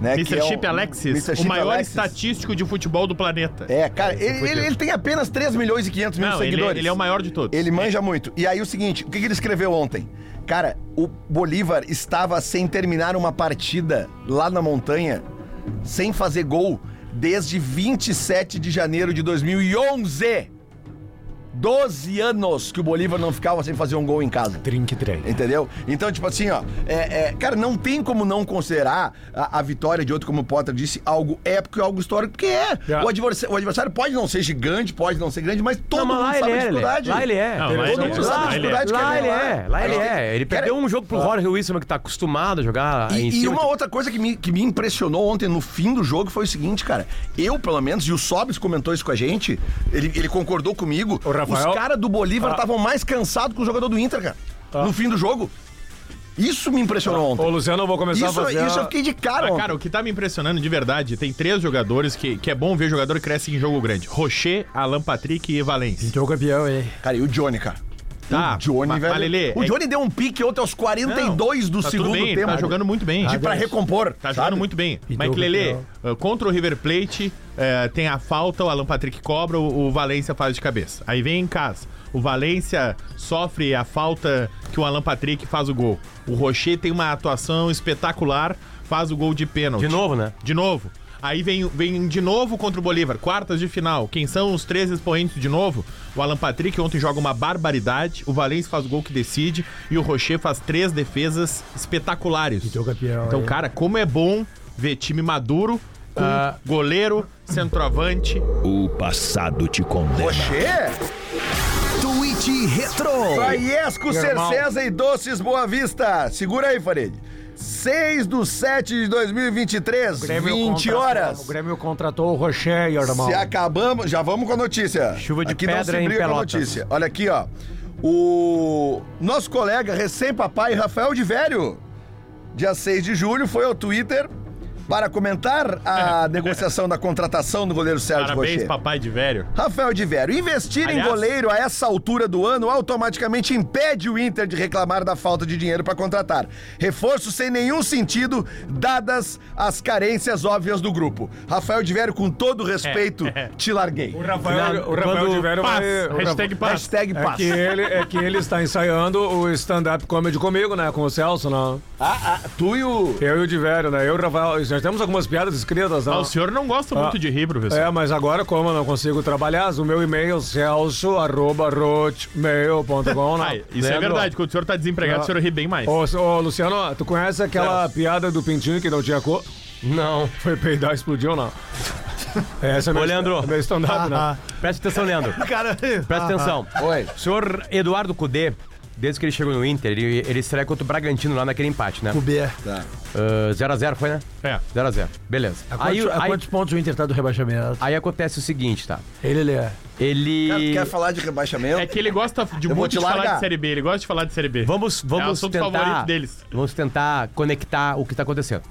B: Né, que
D: Mr.
B: é um-
D: Chip Alexis,
B: Mr.
D: o
B: Chip
D: maior
B: Alexis.
D: estatístico de futebol do planeta.
B: É, cara, ele, ele, ele tem apenas 3 milhões e 500 mil
D: Não, ele,
B: seguidores.
D: ele é o maior de todos.
B: Ele manja muito. E aí o seguinte, o que que ele escreveu ontem? Cara, o Bolívar estava sem terminar uma partida lá na montanha, sem fazer gol, desde 27 de janeiro de 2011. 12 anos que o Bolívar não ficava sem fazer um gol em casa. Entendeu? Então, tipo assim, ó. é, é, cara, não tem como não considerar a, a vitória de outro, como o Potter disse, algo épico e algo histórico, porque é. O, adversário, o adversário pode não ser gigante, pode não ser grande, mas todo
C: Não, mas
B: mundo
C: lá
B: sabe a
C: ele é, ele
B: dificuldade.
C: é. Lá ele
D: Não,
C: é.
D: lá
B: Todo
D: ele
B: mundo
D: é.
B: sabe a
D: Lá ele é.
B: dificuldade que
C: Lá ele
B: lá.
C: é, lá ele é. Ele
B: Cara,
C: perdeu um jogo pro Jorge Wilson, que tá acostumado a jogar
B: E,
C: em
B: e
C: cima.
B: uma outra coisa que me, que me impressionou ontem no fim do jogo foi o seguinte, cara. Eu, pelo menos, e o Sobis comentou isso com a gente, ele, ele concordou comigo.
H: Rafael?
B: os caras do Bolívar estavam mais cansados que o jogador do Inter, cara. No fim do jogo. Isso me impressionou
H: Ô,
B: ontem.
H: Luciano, eu vou começar
B: Isso,
H: a fazer...
B: isso
H: a-
B: eu fiquei de cara,
D: Ah,
B: ontem.
D: cara, o que tá me impressionando de verdade, tem três jogadores que, que é bom ver jogador que cresce em jogo grande. Rocher, Alan Patrick e Valência.
B: é
E: Entrou campeão, hein?
B: Cara, e o Johnny, cara?
D: Tá,
B: o Johnny,
D: mas-
B: velho.
D: mas, Lelê,
B: o
D: é-
B: Johnny deu um pique ontem aos 42 do
D: tá tudo
B: segundo
D: bem,
B: tempo.
D: Tá jogando muito bem.
B: de pra recompor.
D: Tá
B: sabe?
D: jogando muito bem. Mike
E: Douglas
D: Lele,
E: Leal.
D: eh, contra o River Plate, eh, tem a falta, o Alan Patrick cobra, o, o Valência faz de cabeça. Aí vem em casa. O Valência sofre a falta que o Alan Patrick faz o gol. O Rocher tem uma atuação espetacular, faz o gol de pênalti.
C: De novo, né?
D: De novo. Aí vem, vem de novo contra o Bolívar, quartas de final. Quem são os três expoentes de novo? O Alan Patrick ontem joga uma barbaridade, o Valencia faz o gol que decide e o Rocher faz três defesas espetaculares.
E: Entrou campeão.
D: Então,
E: hein?
D: cara, como é bom ver time maduro, com goleiro, centroavante.
A: O passado te condena.
B: Rocher?
G: Tweet Noite Retrô.
B: Paiesco Cercesa e Doces Boa Vista. Segura aí, Farede. 6 do 7 de 2023, 20 horas.
H: O Grêmio contratou o Rocher, irmão.
B: Se acabamos, já vamos com a notícia.
C: Chuva de
B: aqui
C: pedra
B: não se
C: em
B: briga com a
C: Pelotas.
B: notícia. Olha aqui, ó. O nosso colega recém-papai Rafael de Vério, dia 6 de julho, foi ao Twitter para comentar a negociação da contratação do goleiro Sérgio
D: Parabéns,
B: Rocher.
D: papai de velho.
B: Rafael de Vério, investir
D: Aliás-
B: em goleiro a essa altura do ano automaticamente impede o Inter de reclamar da falta de dinheiro para contratar. Reforço sem nenhum sentido, dadas as carências óbvias do grupo. Rafael de Vério, com todo respeito,
C: É.
B: te larguei.
H: O Rafael,
C: Não,
H: o Rafael
C: quando
H: de Vério
D: Paz.
H: vai... o
D: Hashtag
H: Rafa-
D: paz.
B: Hashtag
H: É
B: passa.
H: que, ele, é que ele está ensaiando o stand-up comedy comigo, né? Com o Celso, não.
B: Ah, ah, tu e o.
H: Eu e o de Vério, né? Eu e o Rafael. Nós temos algumas piadas escritas,
D: Ah,
H: não.
D: o senhor não gosta muito de rir, professor.
H: É, mas agora, como eu não consigo trabalhar, o meu e-mail é celso.rotmail.com.
D: Ai, isso é verdade. Quando o senhor tá desempregado,
H: Ah.
D: o senhor ri bem mais.
H: né? Ô, ô, Luciano, tu conhece aquela piada do pintinho que não tinha cor?
C: Não.
H: Foi peidar, explodiu, não. Essa é
C: Ô,
H: meu,
C: Leandro.
H: é meu
B: Ah,
H: stand-up, né?
C: Presta atenção, Leandro.
F: Cara,
C: Presta atenção.
B: Oi.
C: O senhor Eduardo Cudê, desde que ele chegou no Inter, ele, ele estreia contra o Bragantino lá naquele empate, né?
E: Cubê.
B: Tá.
C: Ah, 0x0 foi, né?
D: É.
C: 0x0. Beleza.
E: A,
C: aí,
E: quantos- a
C: aí,
E: quantos pontos o Inter tá do rebaixamento?
C: aí acontece o seguinte, tá?
E: Ele, ele é.
B: Cara, tu
C: Ele.
B: quer falar de rebaixamento?
D: É que ele gosta de
B: Eu vou
D: muito
B: te
D: de falar
B: largar.
D: de Série B. Ele gosta de falar de Série B.
C: Vamos,
D: É o
C: vamos
D: assunto
C: tentar.
D: favorito deles.
C: Vamos tentar conectar o que tá acontecendo.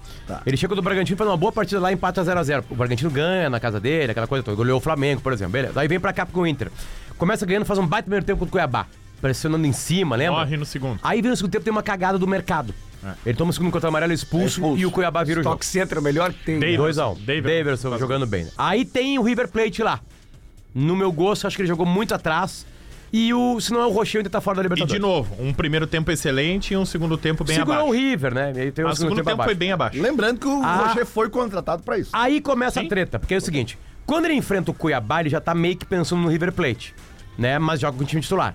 C: Ele chega do Bragantino faz uma boa partida lá, empata 0x0. O Bragantino ganha na casa dele, aquela coisa toda. Goleou o Flamengo, por exemplo. Beleza. Aí vem pra cá com o Inter. Começa ganhando, faz um baita primeiro tempo contra o Cuiabá. Pressionando em cima, lembra?
D: Morre no É. segundo.
C: Aí vem no segundo tempo, tem uma cagada do mercado. Ele toma o segundo contra amarelo, É expulso, e o Cuiabá vira o jogo.
H: Toque Center é o melhor que tem.
D: Davidson.
C: 2x1.
D: Davidson.
C: Daverson
D: um.
C: jogando bem. Aí tem o River Plate lá. No meu gosto, acho que ele jogou muito atrás. E o, se não é o Rocher, ainda tá fora da
D: E
C: Libertadores.
D: de novo, um primeiro tempo excelente e um segundo tempo bem
C: Segurou
D: abaixo.
C: o River, né? E aí tem
D: Ah,
C: o
D: O segundo tempo
C: abaixo.
D: foi bem abaixo.
B: Lembrando que o
C: Ah.
B: Roger foi contratado pra isso.
C: Aí começa a treta, porque é o seguinte: quando ele enfrenta o Cuiabá, ele já tá meio que pensando no River Plate, né? Mas joga com o time titular.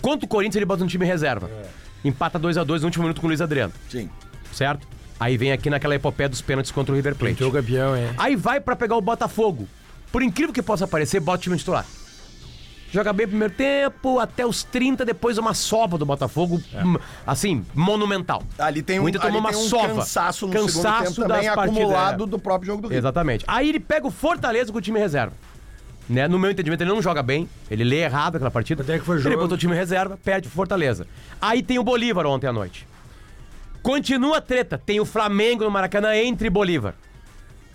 C: Contra o Corinthians, ele bota um time reserva.
D: É.
C: Empata 2x2 no último minuto com o Luiz Adriano,
B: Sim.
C: certo? Aí vem aqui naquela epopeia dos pênaltis contra o River Plate.
H: um
E: Jogo campeão, é.
C: Aí vai pra pegar o Botafogo. Por incrível que possa parecer, bota o time titular. Joga bem o primeiro tempo, até os 30, depois uma soba do Botafogo, hum, assim, monumental.
B: Ali tem um,
C: O Inter
B: ali
C: tomou uma
B: tem um
C: sova.
B: cansaço no segundo
C: Cansaço
B: tempo também
C: das partidas,
B: acumulado
C: é.
B: do próprio jogo do River.
C: Exatamente. Aí ele pega o Fortaleza com o time reserva. Né? No meu entendimento, ele não joga bem, ele lê errado aquela partida.
H: Até que foi
C: Ele
H: jogo.
C: botou o time reserva, perde pro Fortaleza. Aí tem o Bolívar ontem à noite. Continua a treta, tem o Flamengo no Maracanã entre Bolívar.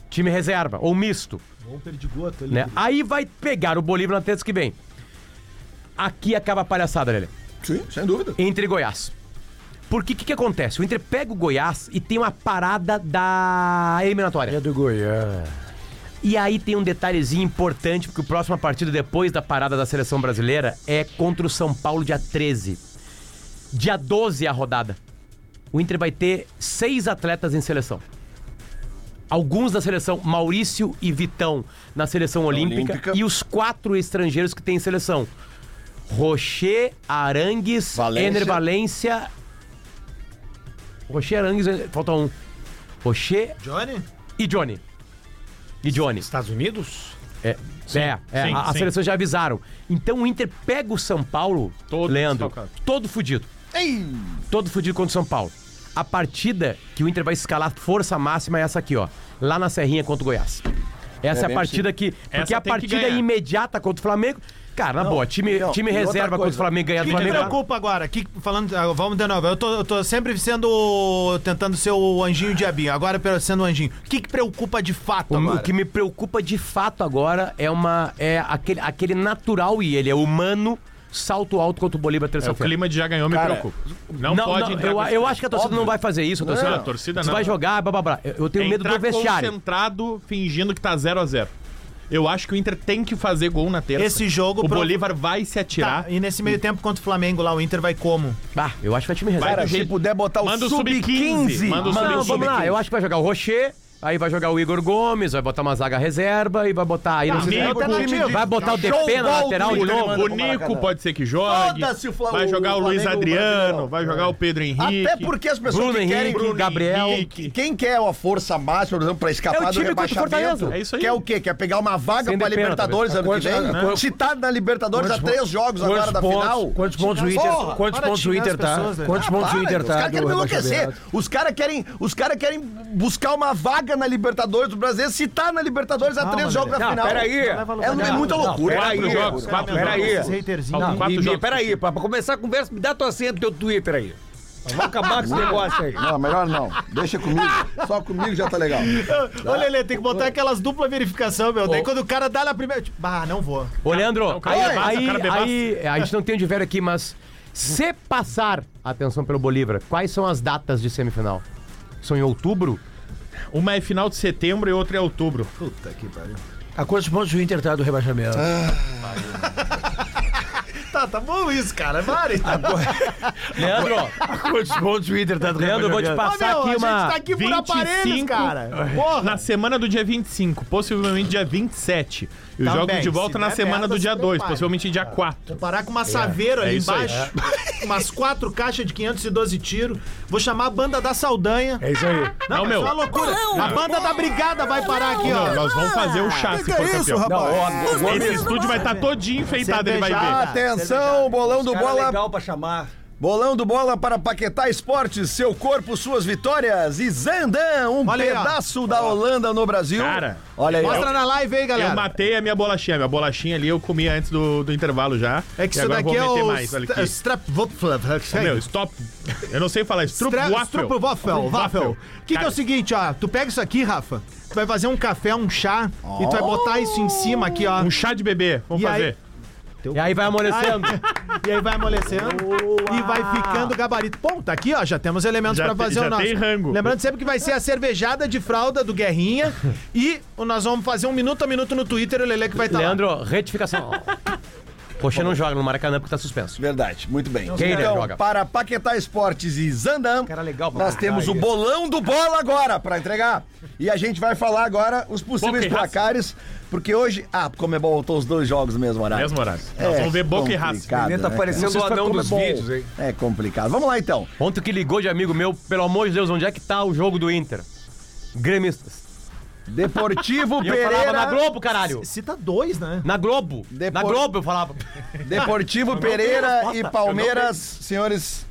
C: Time reserva, ou misto. né? Aí vai pegar o Bolívar na terça que vem. Aqui acaba a palhaçada, Lelê.
B: Sim, sem dúvida.
C: Entre Goiás. Porque o que, que acontece? O Inter pega o Goiás e tem uma parada da eliminatória.
E: É do Goiânia.
C: E aí tem um detalhezinho importante, porque o próximo partido depois da parada da seleção brasileira é contra o São Paulo, dia 13. Dia 12 é a rodada. O Inter vai ter seis atletas em seleção. Alguns da seleção, Maurício e Vitão, na seleção olímpica,
B: Olímpica.
C: e os quatro estrangeiros que tem em seleção. Rocher, Arangues,
B: Valência.
C: Ener Valência. Rocher, Arangues, falta um. Rocher
F: Johnny?
C: e Johnny. E Johnny.
E: Estados Unidos?
C: É, é, é,
D: sim,
C: a- as
D: sim.
C: seleções já avisaram. Então o Inter pega o São Paulo,
D: Todo
C: Leandro,
D: desfalcado.
C: todo fudido. Todo fudido contra o São Paulo. A partida que o Inter vai escalar força máxima é essa aqui, ó. Lá na Serrinha contra o Goiás. Essa é, a
B: bem
C: partida que. Porque
D: Essa tem
C: a
D: que
C: partida é
D: ganhar.
C: imediata contra o Flamengo. Cara, na boa, time,
B: não,
C: time
B: e outra
C: reserva contra o
B: coisa,
C: Flamengo ganhar
F: O
C: do
F: que te
C: Flamengo.
F: preocupa agora? Que, falando, ah, vamos de novo. Eu tô, eu tô sempre sendo. tentando ser o anjinho diabinho. Agora pelo- sendo o anjinho. O que, que preocupa de fato
C: O, o
F: agora?
C: que me preocupa de fato agora é uma é aquele, aquele natural e ele é humano salto alto contra o Bolívar
D: É, o
C: terça-feira.
D: clima de já ganhou me
B: Cara,
D: preocupa. Não, pode entrar
C: eu,
D: com esse
C: eu
D: clima.
C: acho que a torcida não vai fazer isso. A torcida,
D: Não, a torcida
C: Você
D: não.
C: vai jogar, blá, blá, blá. Eu, eu tenho
D: É
C: medo do
D: entrar
C: vestiário.
D: concentrado, fingindo que tá 0 a 0 Eu acho que o Inter tem que fazer gol na terça.
F: Esse jogo
D: O
F: pro-
D: Bolívar vai se atirar.
F: Tá, e nesse meio tempo contra o Flamengo lá, o Inter vai como?
C: Ah, eu acho que vai time reserva.
B: Cara, se
D: jeito-
B: puder botar o
D: Manda o
B: sub-15.
D: sub-15, manda o
B: manda
C: não,
B: o
D: sub-15.
C: vamos lá. Eu acho que vai jogar o Rocher, Aí vai jogar o Igor Gomes, vai botar uma zaga reserva e vai botar. Aí não sei se-
F: Igor Gomes de-
C: vai botar o DP na
F: Show
C: lateral então. de
F: Gomes.
C: novo.
D: O Nico pode ser que jogue.
B: Foda-se o Fla-
D: Vai jogar o,
B: o
D: Luiz
B: Flamengo,
D: Adriano,
B: Brasileirão.
D: vai jogar o Pedro Henrique.
B: Até porque as pessoas
C: Bruno
B: que querem...
C: Henrique, Gabriel.
B: que- Quem quer a força máxima, por exemplo, pra escapar
C: É o
B: do
C: time contra o
B: rebaixamento?
C: Fortaleza. É
D: isso aí.
B: Quer o quê? Quer pegar uma vaga
C: Sem
B: pra
C: depena,
B: Libertadores ano que
H: talvez.
B: vem?
H: Quantos-
B: Se tá na Libertadores há
H: Quantos
B: três jogos agora
H: Quantos
B: da final...
H: pontos, quantos pontos o Inter,
B: Porra,
H: quantos
F: para de
H: pontos o
F: xingar
H: Inter
F: as
H: tá?
F: pessoas, velho.
H: Quantos
B: Ah,
H: pontos o
B: para,
H: Inter
B: os
H: tá?
B: caras querem
H: do
B: me enlouquecer.
H: rebaixamento?
B: Os caras querem, os cara querem buscar uma vaga na Libertadores do Brasileiro se tá na Libertadores há três jogos da
H: Não,
B: final.
H: peraí.
B: É, é muita loucura.
H: Peraí,
D: Quatro jogos, quatro
H: peraí.
F: jogos. Esses haterzinhos.
H: Não,
D: Quatro
H: me- me-
D: jogos.
H: Peraí, pra, pra começar a conversa, me dá tua senha do teu Twitter aí. Vamos acabar com esse negócio aí.
B: Não, melhor não. Deixa comigo. Só comigo já tá legal.
F: Ô, Lelê, tem que botar aquelas dupla verificação, meu. Daí quando o cara dá na primeira. Tipo, ah, não vou.
C: Ô, Leandro,
D: cara
C: aí,
D: bebaça,
C: aí,
D: cara bebaça.
C: aí, a gente não tem onde ver aqui, mas se passar, atenção pelo Bolívar, quais são as datas de semifinal? São em outubro?
D: Uma é final de setembro e outra é outubro.
E: A quantos pontos o Inter tá do rebaixamento?
C: Ah.
F: Tá, tá bom isso, cara. tá Pare.
C: Leandro,
E: quantos pontos o Inter tá do
C: Leandro, eu vou te
F: Ô,
C: passar
F: meu,
C: aqui
F: a gente
C: uma.
F: tá aqui por
D: 25.
F: aparelhos, cara.
D: Na semana do dia 25, possivelmente dia 27. E os
F: Também,
D: jogos de
F: se
D: volta na
F: der
D: semana
F: merda,
D: do
F: se
D: dia 2,
F: prepare.
D: possivelmente dia 4.
F: Vou parar com uma saveira
D: é
F: ali
D: isso aí. é.
F: embaixo. Umas quatro caixas de 512 tiros. Vou chamar a banda da Saldanha.
H: É isso aí.
D: Não,
F: Não, mas
D: meu.
F: é uma loucura. A banda da Brigada vai parar aqui, ó.
D: Não, nós vamos fazer o chá Ah, se
F: é
D: for campeão. Esse estúdio vai estar todinho enfeitado, ele vai ver.
B: Atenção, bolão do
H: Cara
B: bola.
H: legal pra chamar.
B: Bolão do bola para Paquetá Esportes. Seu corpo, suas vitórias. E Zandan, um
F: Olha aí, ó.
B: pedaço da Holanda no Brasil.
D: Cara,
B: olha aí.
D: É
F: Mostra na live aí, galera.
D: Eu matei a minha bolachinha. Minha bolachinha ali eu comi antes do, do intervalo já.
F: É que
D: E
F: isso
D: agora eu
F: daqui é
D: vou meter
F: o.
D: mais. Olha aqui.
F: Strap. Meu,
D: Meu, stop. Eu não sei falar.
F: Stra-
D: Strupwaffel.
F: Stroopwafel, Waffel. O que, que é o
D: Cara.
F: seguinte, ó? Tu pega isso aqui, Rafa, tu vai fazer um café, um chá, e tu vai botar isso em cima aqui, ó.
D: Um chá de bebê. Vamos
F: E aí?
D: fazer.
C: E aí vai amolecendo.
F: tá. E aí vai
D: Oh!
F: amolecendo e vai ficando gabarito. Bom, tá aqui, ó. Já temos elementos
D: Já
F: pra
D: tem-
F: fazer
D: já
F: o nosso.
D: tem rango.
F: Lembrando sempre que vai ser a cervejada de fralda do Guerrinha. e o- nós vamos fazer um minuto a minuto no Twitter, o Lele que vai estar lá.
C: Leandro, retificação. Rocha não joga no Maracanã porque tá suspenso.
B: Verdade, muito bem.
C: Quem não
B: então,
C: joga?
B: para Paquetá Esportes e Zandan,
C: Cara, legal pra
B: nós
C: marcar
B: temos o bolão do bola agora para entregar. E a gente vai falar agora os possíveis
D: Boca e Racing.
B: placares, porque hoje. Ah, como é bom, voltou os dois jogos no mesmo horário.
D: Mesmo horário. Nós vamos ver boca e raça.
B: complicado,
H: Ele tá
B: né?
H: parecendo o anão dos vídeos, hein?
B: É complicado. Vamos lá então.
C: Ontem que ligou de amigo meu, pelo amor de Deus, onde é que tá o jogo do Inter? Gremistas.
B: Deportivo
C: E eu falava na
B: Pereira.
C: Globo, caralho.
F: Cita dois, né?
C: Na Globo. Na
B: Depois-
C: Globo eu falava.
B: Deportivo Pereira e Palmeiras, senhores.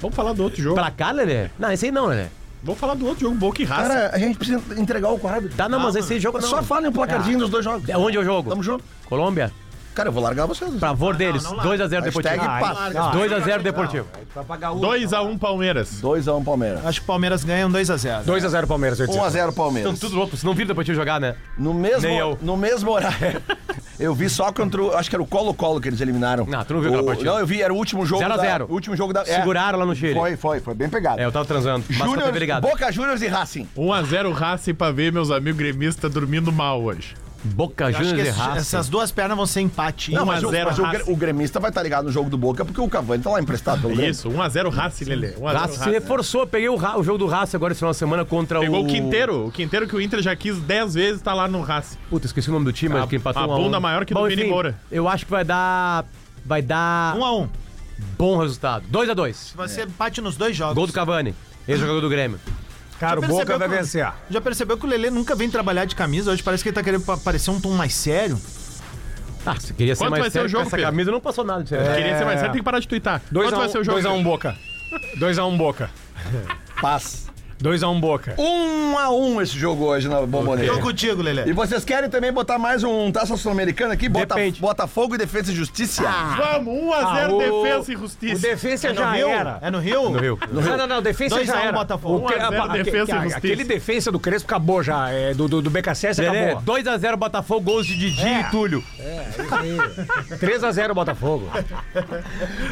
D: Vamos falar do outro jogo.
C: Pra cá, Lelê? Não, esse aí não, Lelê.
D: Vamos falar do outro jogo. Boca e raça.
B: Cara, a gente precisa entregar o quadro.
C: Tá, não, mas
D: Ah,
C: esse aí jogo não.
B: Só falem o placardinho dos dois jogos.
C: É onde eu jogo?
B: Tamo junto.
C: Colômbia?
B: Cara, eu vou largar vocês.
C: Favor deles.
F: não lá.
C: 2x0
B: Hashtag
C: Deportivo.
B: passa.
C: 2x0 Deportivo.
D: 2x1 Palmeiras.
B: 2x1 Palmeiras.
F: Acho que o Palmeiras ganha um 2x0.
H: 2x0 Palmeiras,
C: Um
H: eu
B: 1x0 Palmeiras.
C: Estão tudo loucos, não viram Deportivo jogar, né?
B: No mesmo,
C: Nem eu.
B: no mesmo horário. Eu vi só contra o, acho que era o Colo-Colo que eles eliminaram.
C: Não, tu não viu aquela
B: O-
C: partida.
B: Não, eu vi, era o último jogo
C: Zero a
B: da-
C: zero.
B: o último jogo da é,
C: Seguraram lá no Chile.
B: Foi, foi, foi bem pegado.
C: É, eu tava transando. Mas eu
B: Júnior,
C: tava ligado.
B: Boca Juniors e Racing.
D: 1x0 Raça e pra ver meus amigos gremistas dormindo mal hoje.
C: Boca
F: Acho que
C: Juniors e
F: esses-
C: Raça.
F: essas duas pernas vão ser empate.
C: Um
D: Não,
F: E-
B: mas, o,
D: 1x0
B: mas o,
D: Racing.
B: gre- o gremista vai estar ligado no jogo do Boca porque o Cavani tá lá emprestado pelo Grêmio.
D: Isso, 1x0 Raça, Lelê. 1 a 0
C: Raça se reforçou. Eu Peguei o, Ra- o jogo do Raça agora esse final de semana contra
D: Pegou o
C: é o
D: Quinteiro. O Quinteiro que o Inter já quis 10 vezes tá lá no Raça.
C: Puta, esqueci o nome do time, mas
D: A-
C: quem empatou
D: a
C: um um.
D: bunda maior que do Vini
C: enfim,
D: Moura.
C: Eu acho que vai dar. Vai dar
F: Um a um.
C: bom resultado. 2x2.
D: É.
F: Vai ser empate nos dois jogos.
C: Gol do Cavani. Ex-jogador do Grêmio.
H: Cara, o
F: Já percebeu
H: Boca vai
F: que-
H: vencer.
F: Já percebeu que o Lelê nunca vem trabalhar de camisa? Hoje parece que ele tá querendo pa- parecer um tom mais sério.
C: Ah, se queria ser
D: Quanto
C: mais
D: vai ser
C: sério
D: o jogo,
C: com essa
D: Pedro?
C: camisa, não passou nada de sério.
D: Queria ser mais sério, tem que parar de tuitar. Quanto vai ser o jogo?
J: 2x1 um, Boca. 2x1 um, Boca.
B: Paz.
J: 2x1 um, Boca.
B: 1x1 esse jogo hoje na Bomboneira.
F: Tô contigo,
B: E
F: Lelê.
B: vocês querem também botar mais um taça sul-americana aqui? Bota,
H: Depende.
B: Botafogo e Defesa e Justiça?
D: Vamos, 1x0 Defesa e
H: O
D: Justiça.
H: defesa já
F: Rio?
H: era.
F: É no Rio? No Rio.
H: Não, não, não, defesa
F: Dois a
H: já
F: um,
H: era.
F: Botafogo.
H: O que-
D: Um a zero,
H: aque-
D: defesa e
H: aque-
D: justiça.
H: Aquele defesa do Crespo acabou já, é, do, do, do BKSS
C: Lelê,
H: acabou.
C: 2x0 Botafogo, gols de Didi e Túlio.
H: É. 3x0 Botafogo.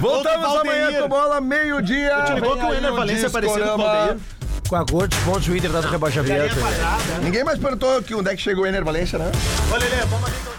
B: Voltamos
F: Outro
B: amanhã
F: Valdeir.
B: com bola, meio-dia.
F: te ligou
B: Vem
F: que o
B: aí
F: Ener Valencia é parecido com o
B: discorama.
F: Valdeir?
E: Com a quantos pontos o Inter tá do rebaixamento?
B: Ninguém mais perguntou que onde é que chegou o Ener Valência, né?
F: Ô, Lelê, vamos ali. então.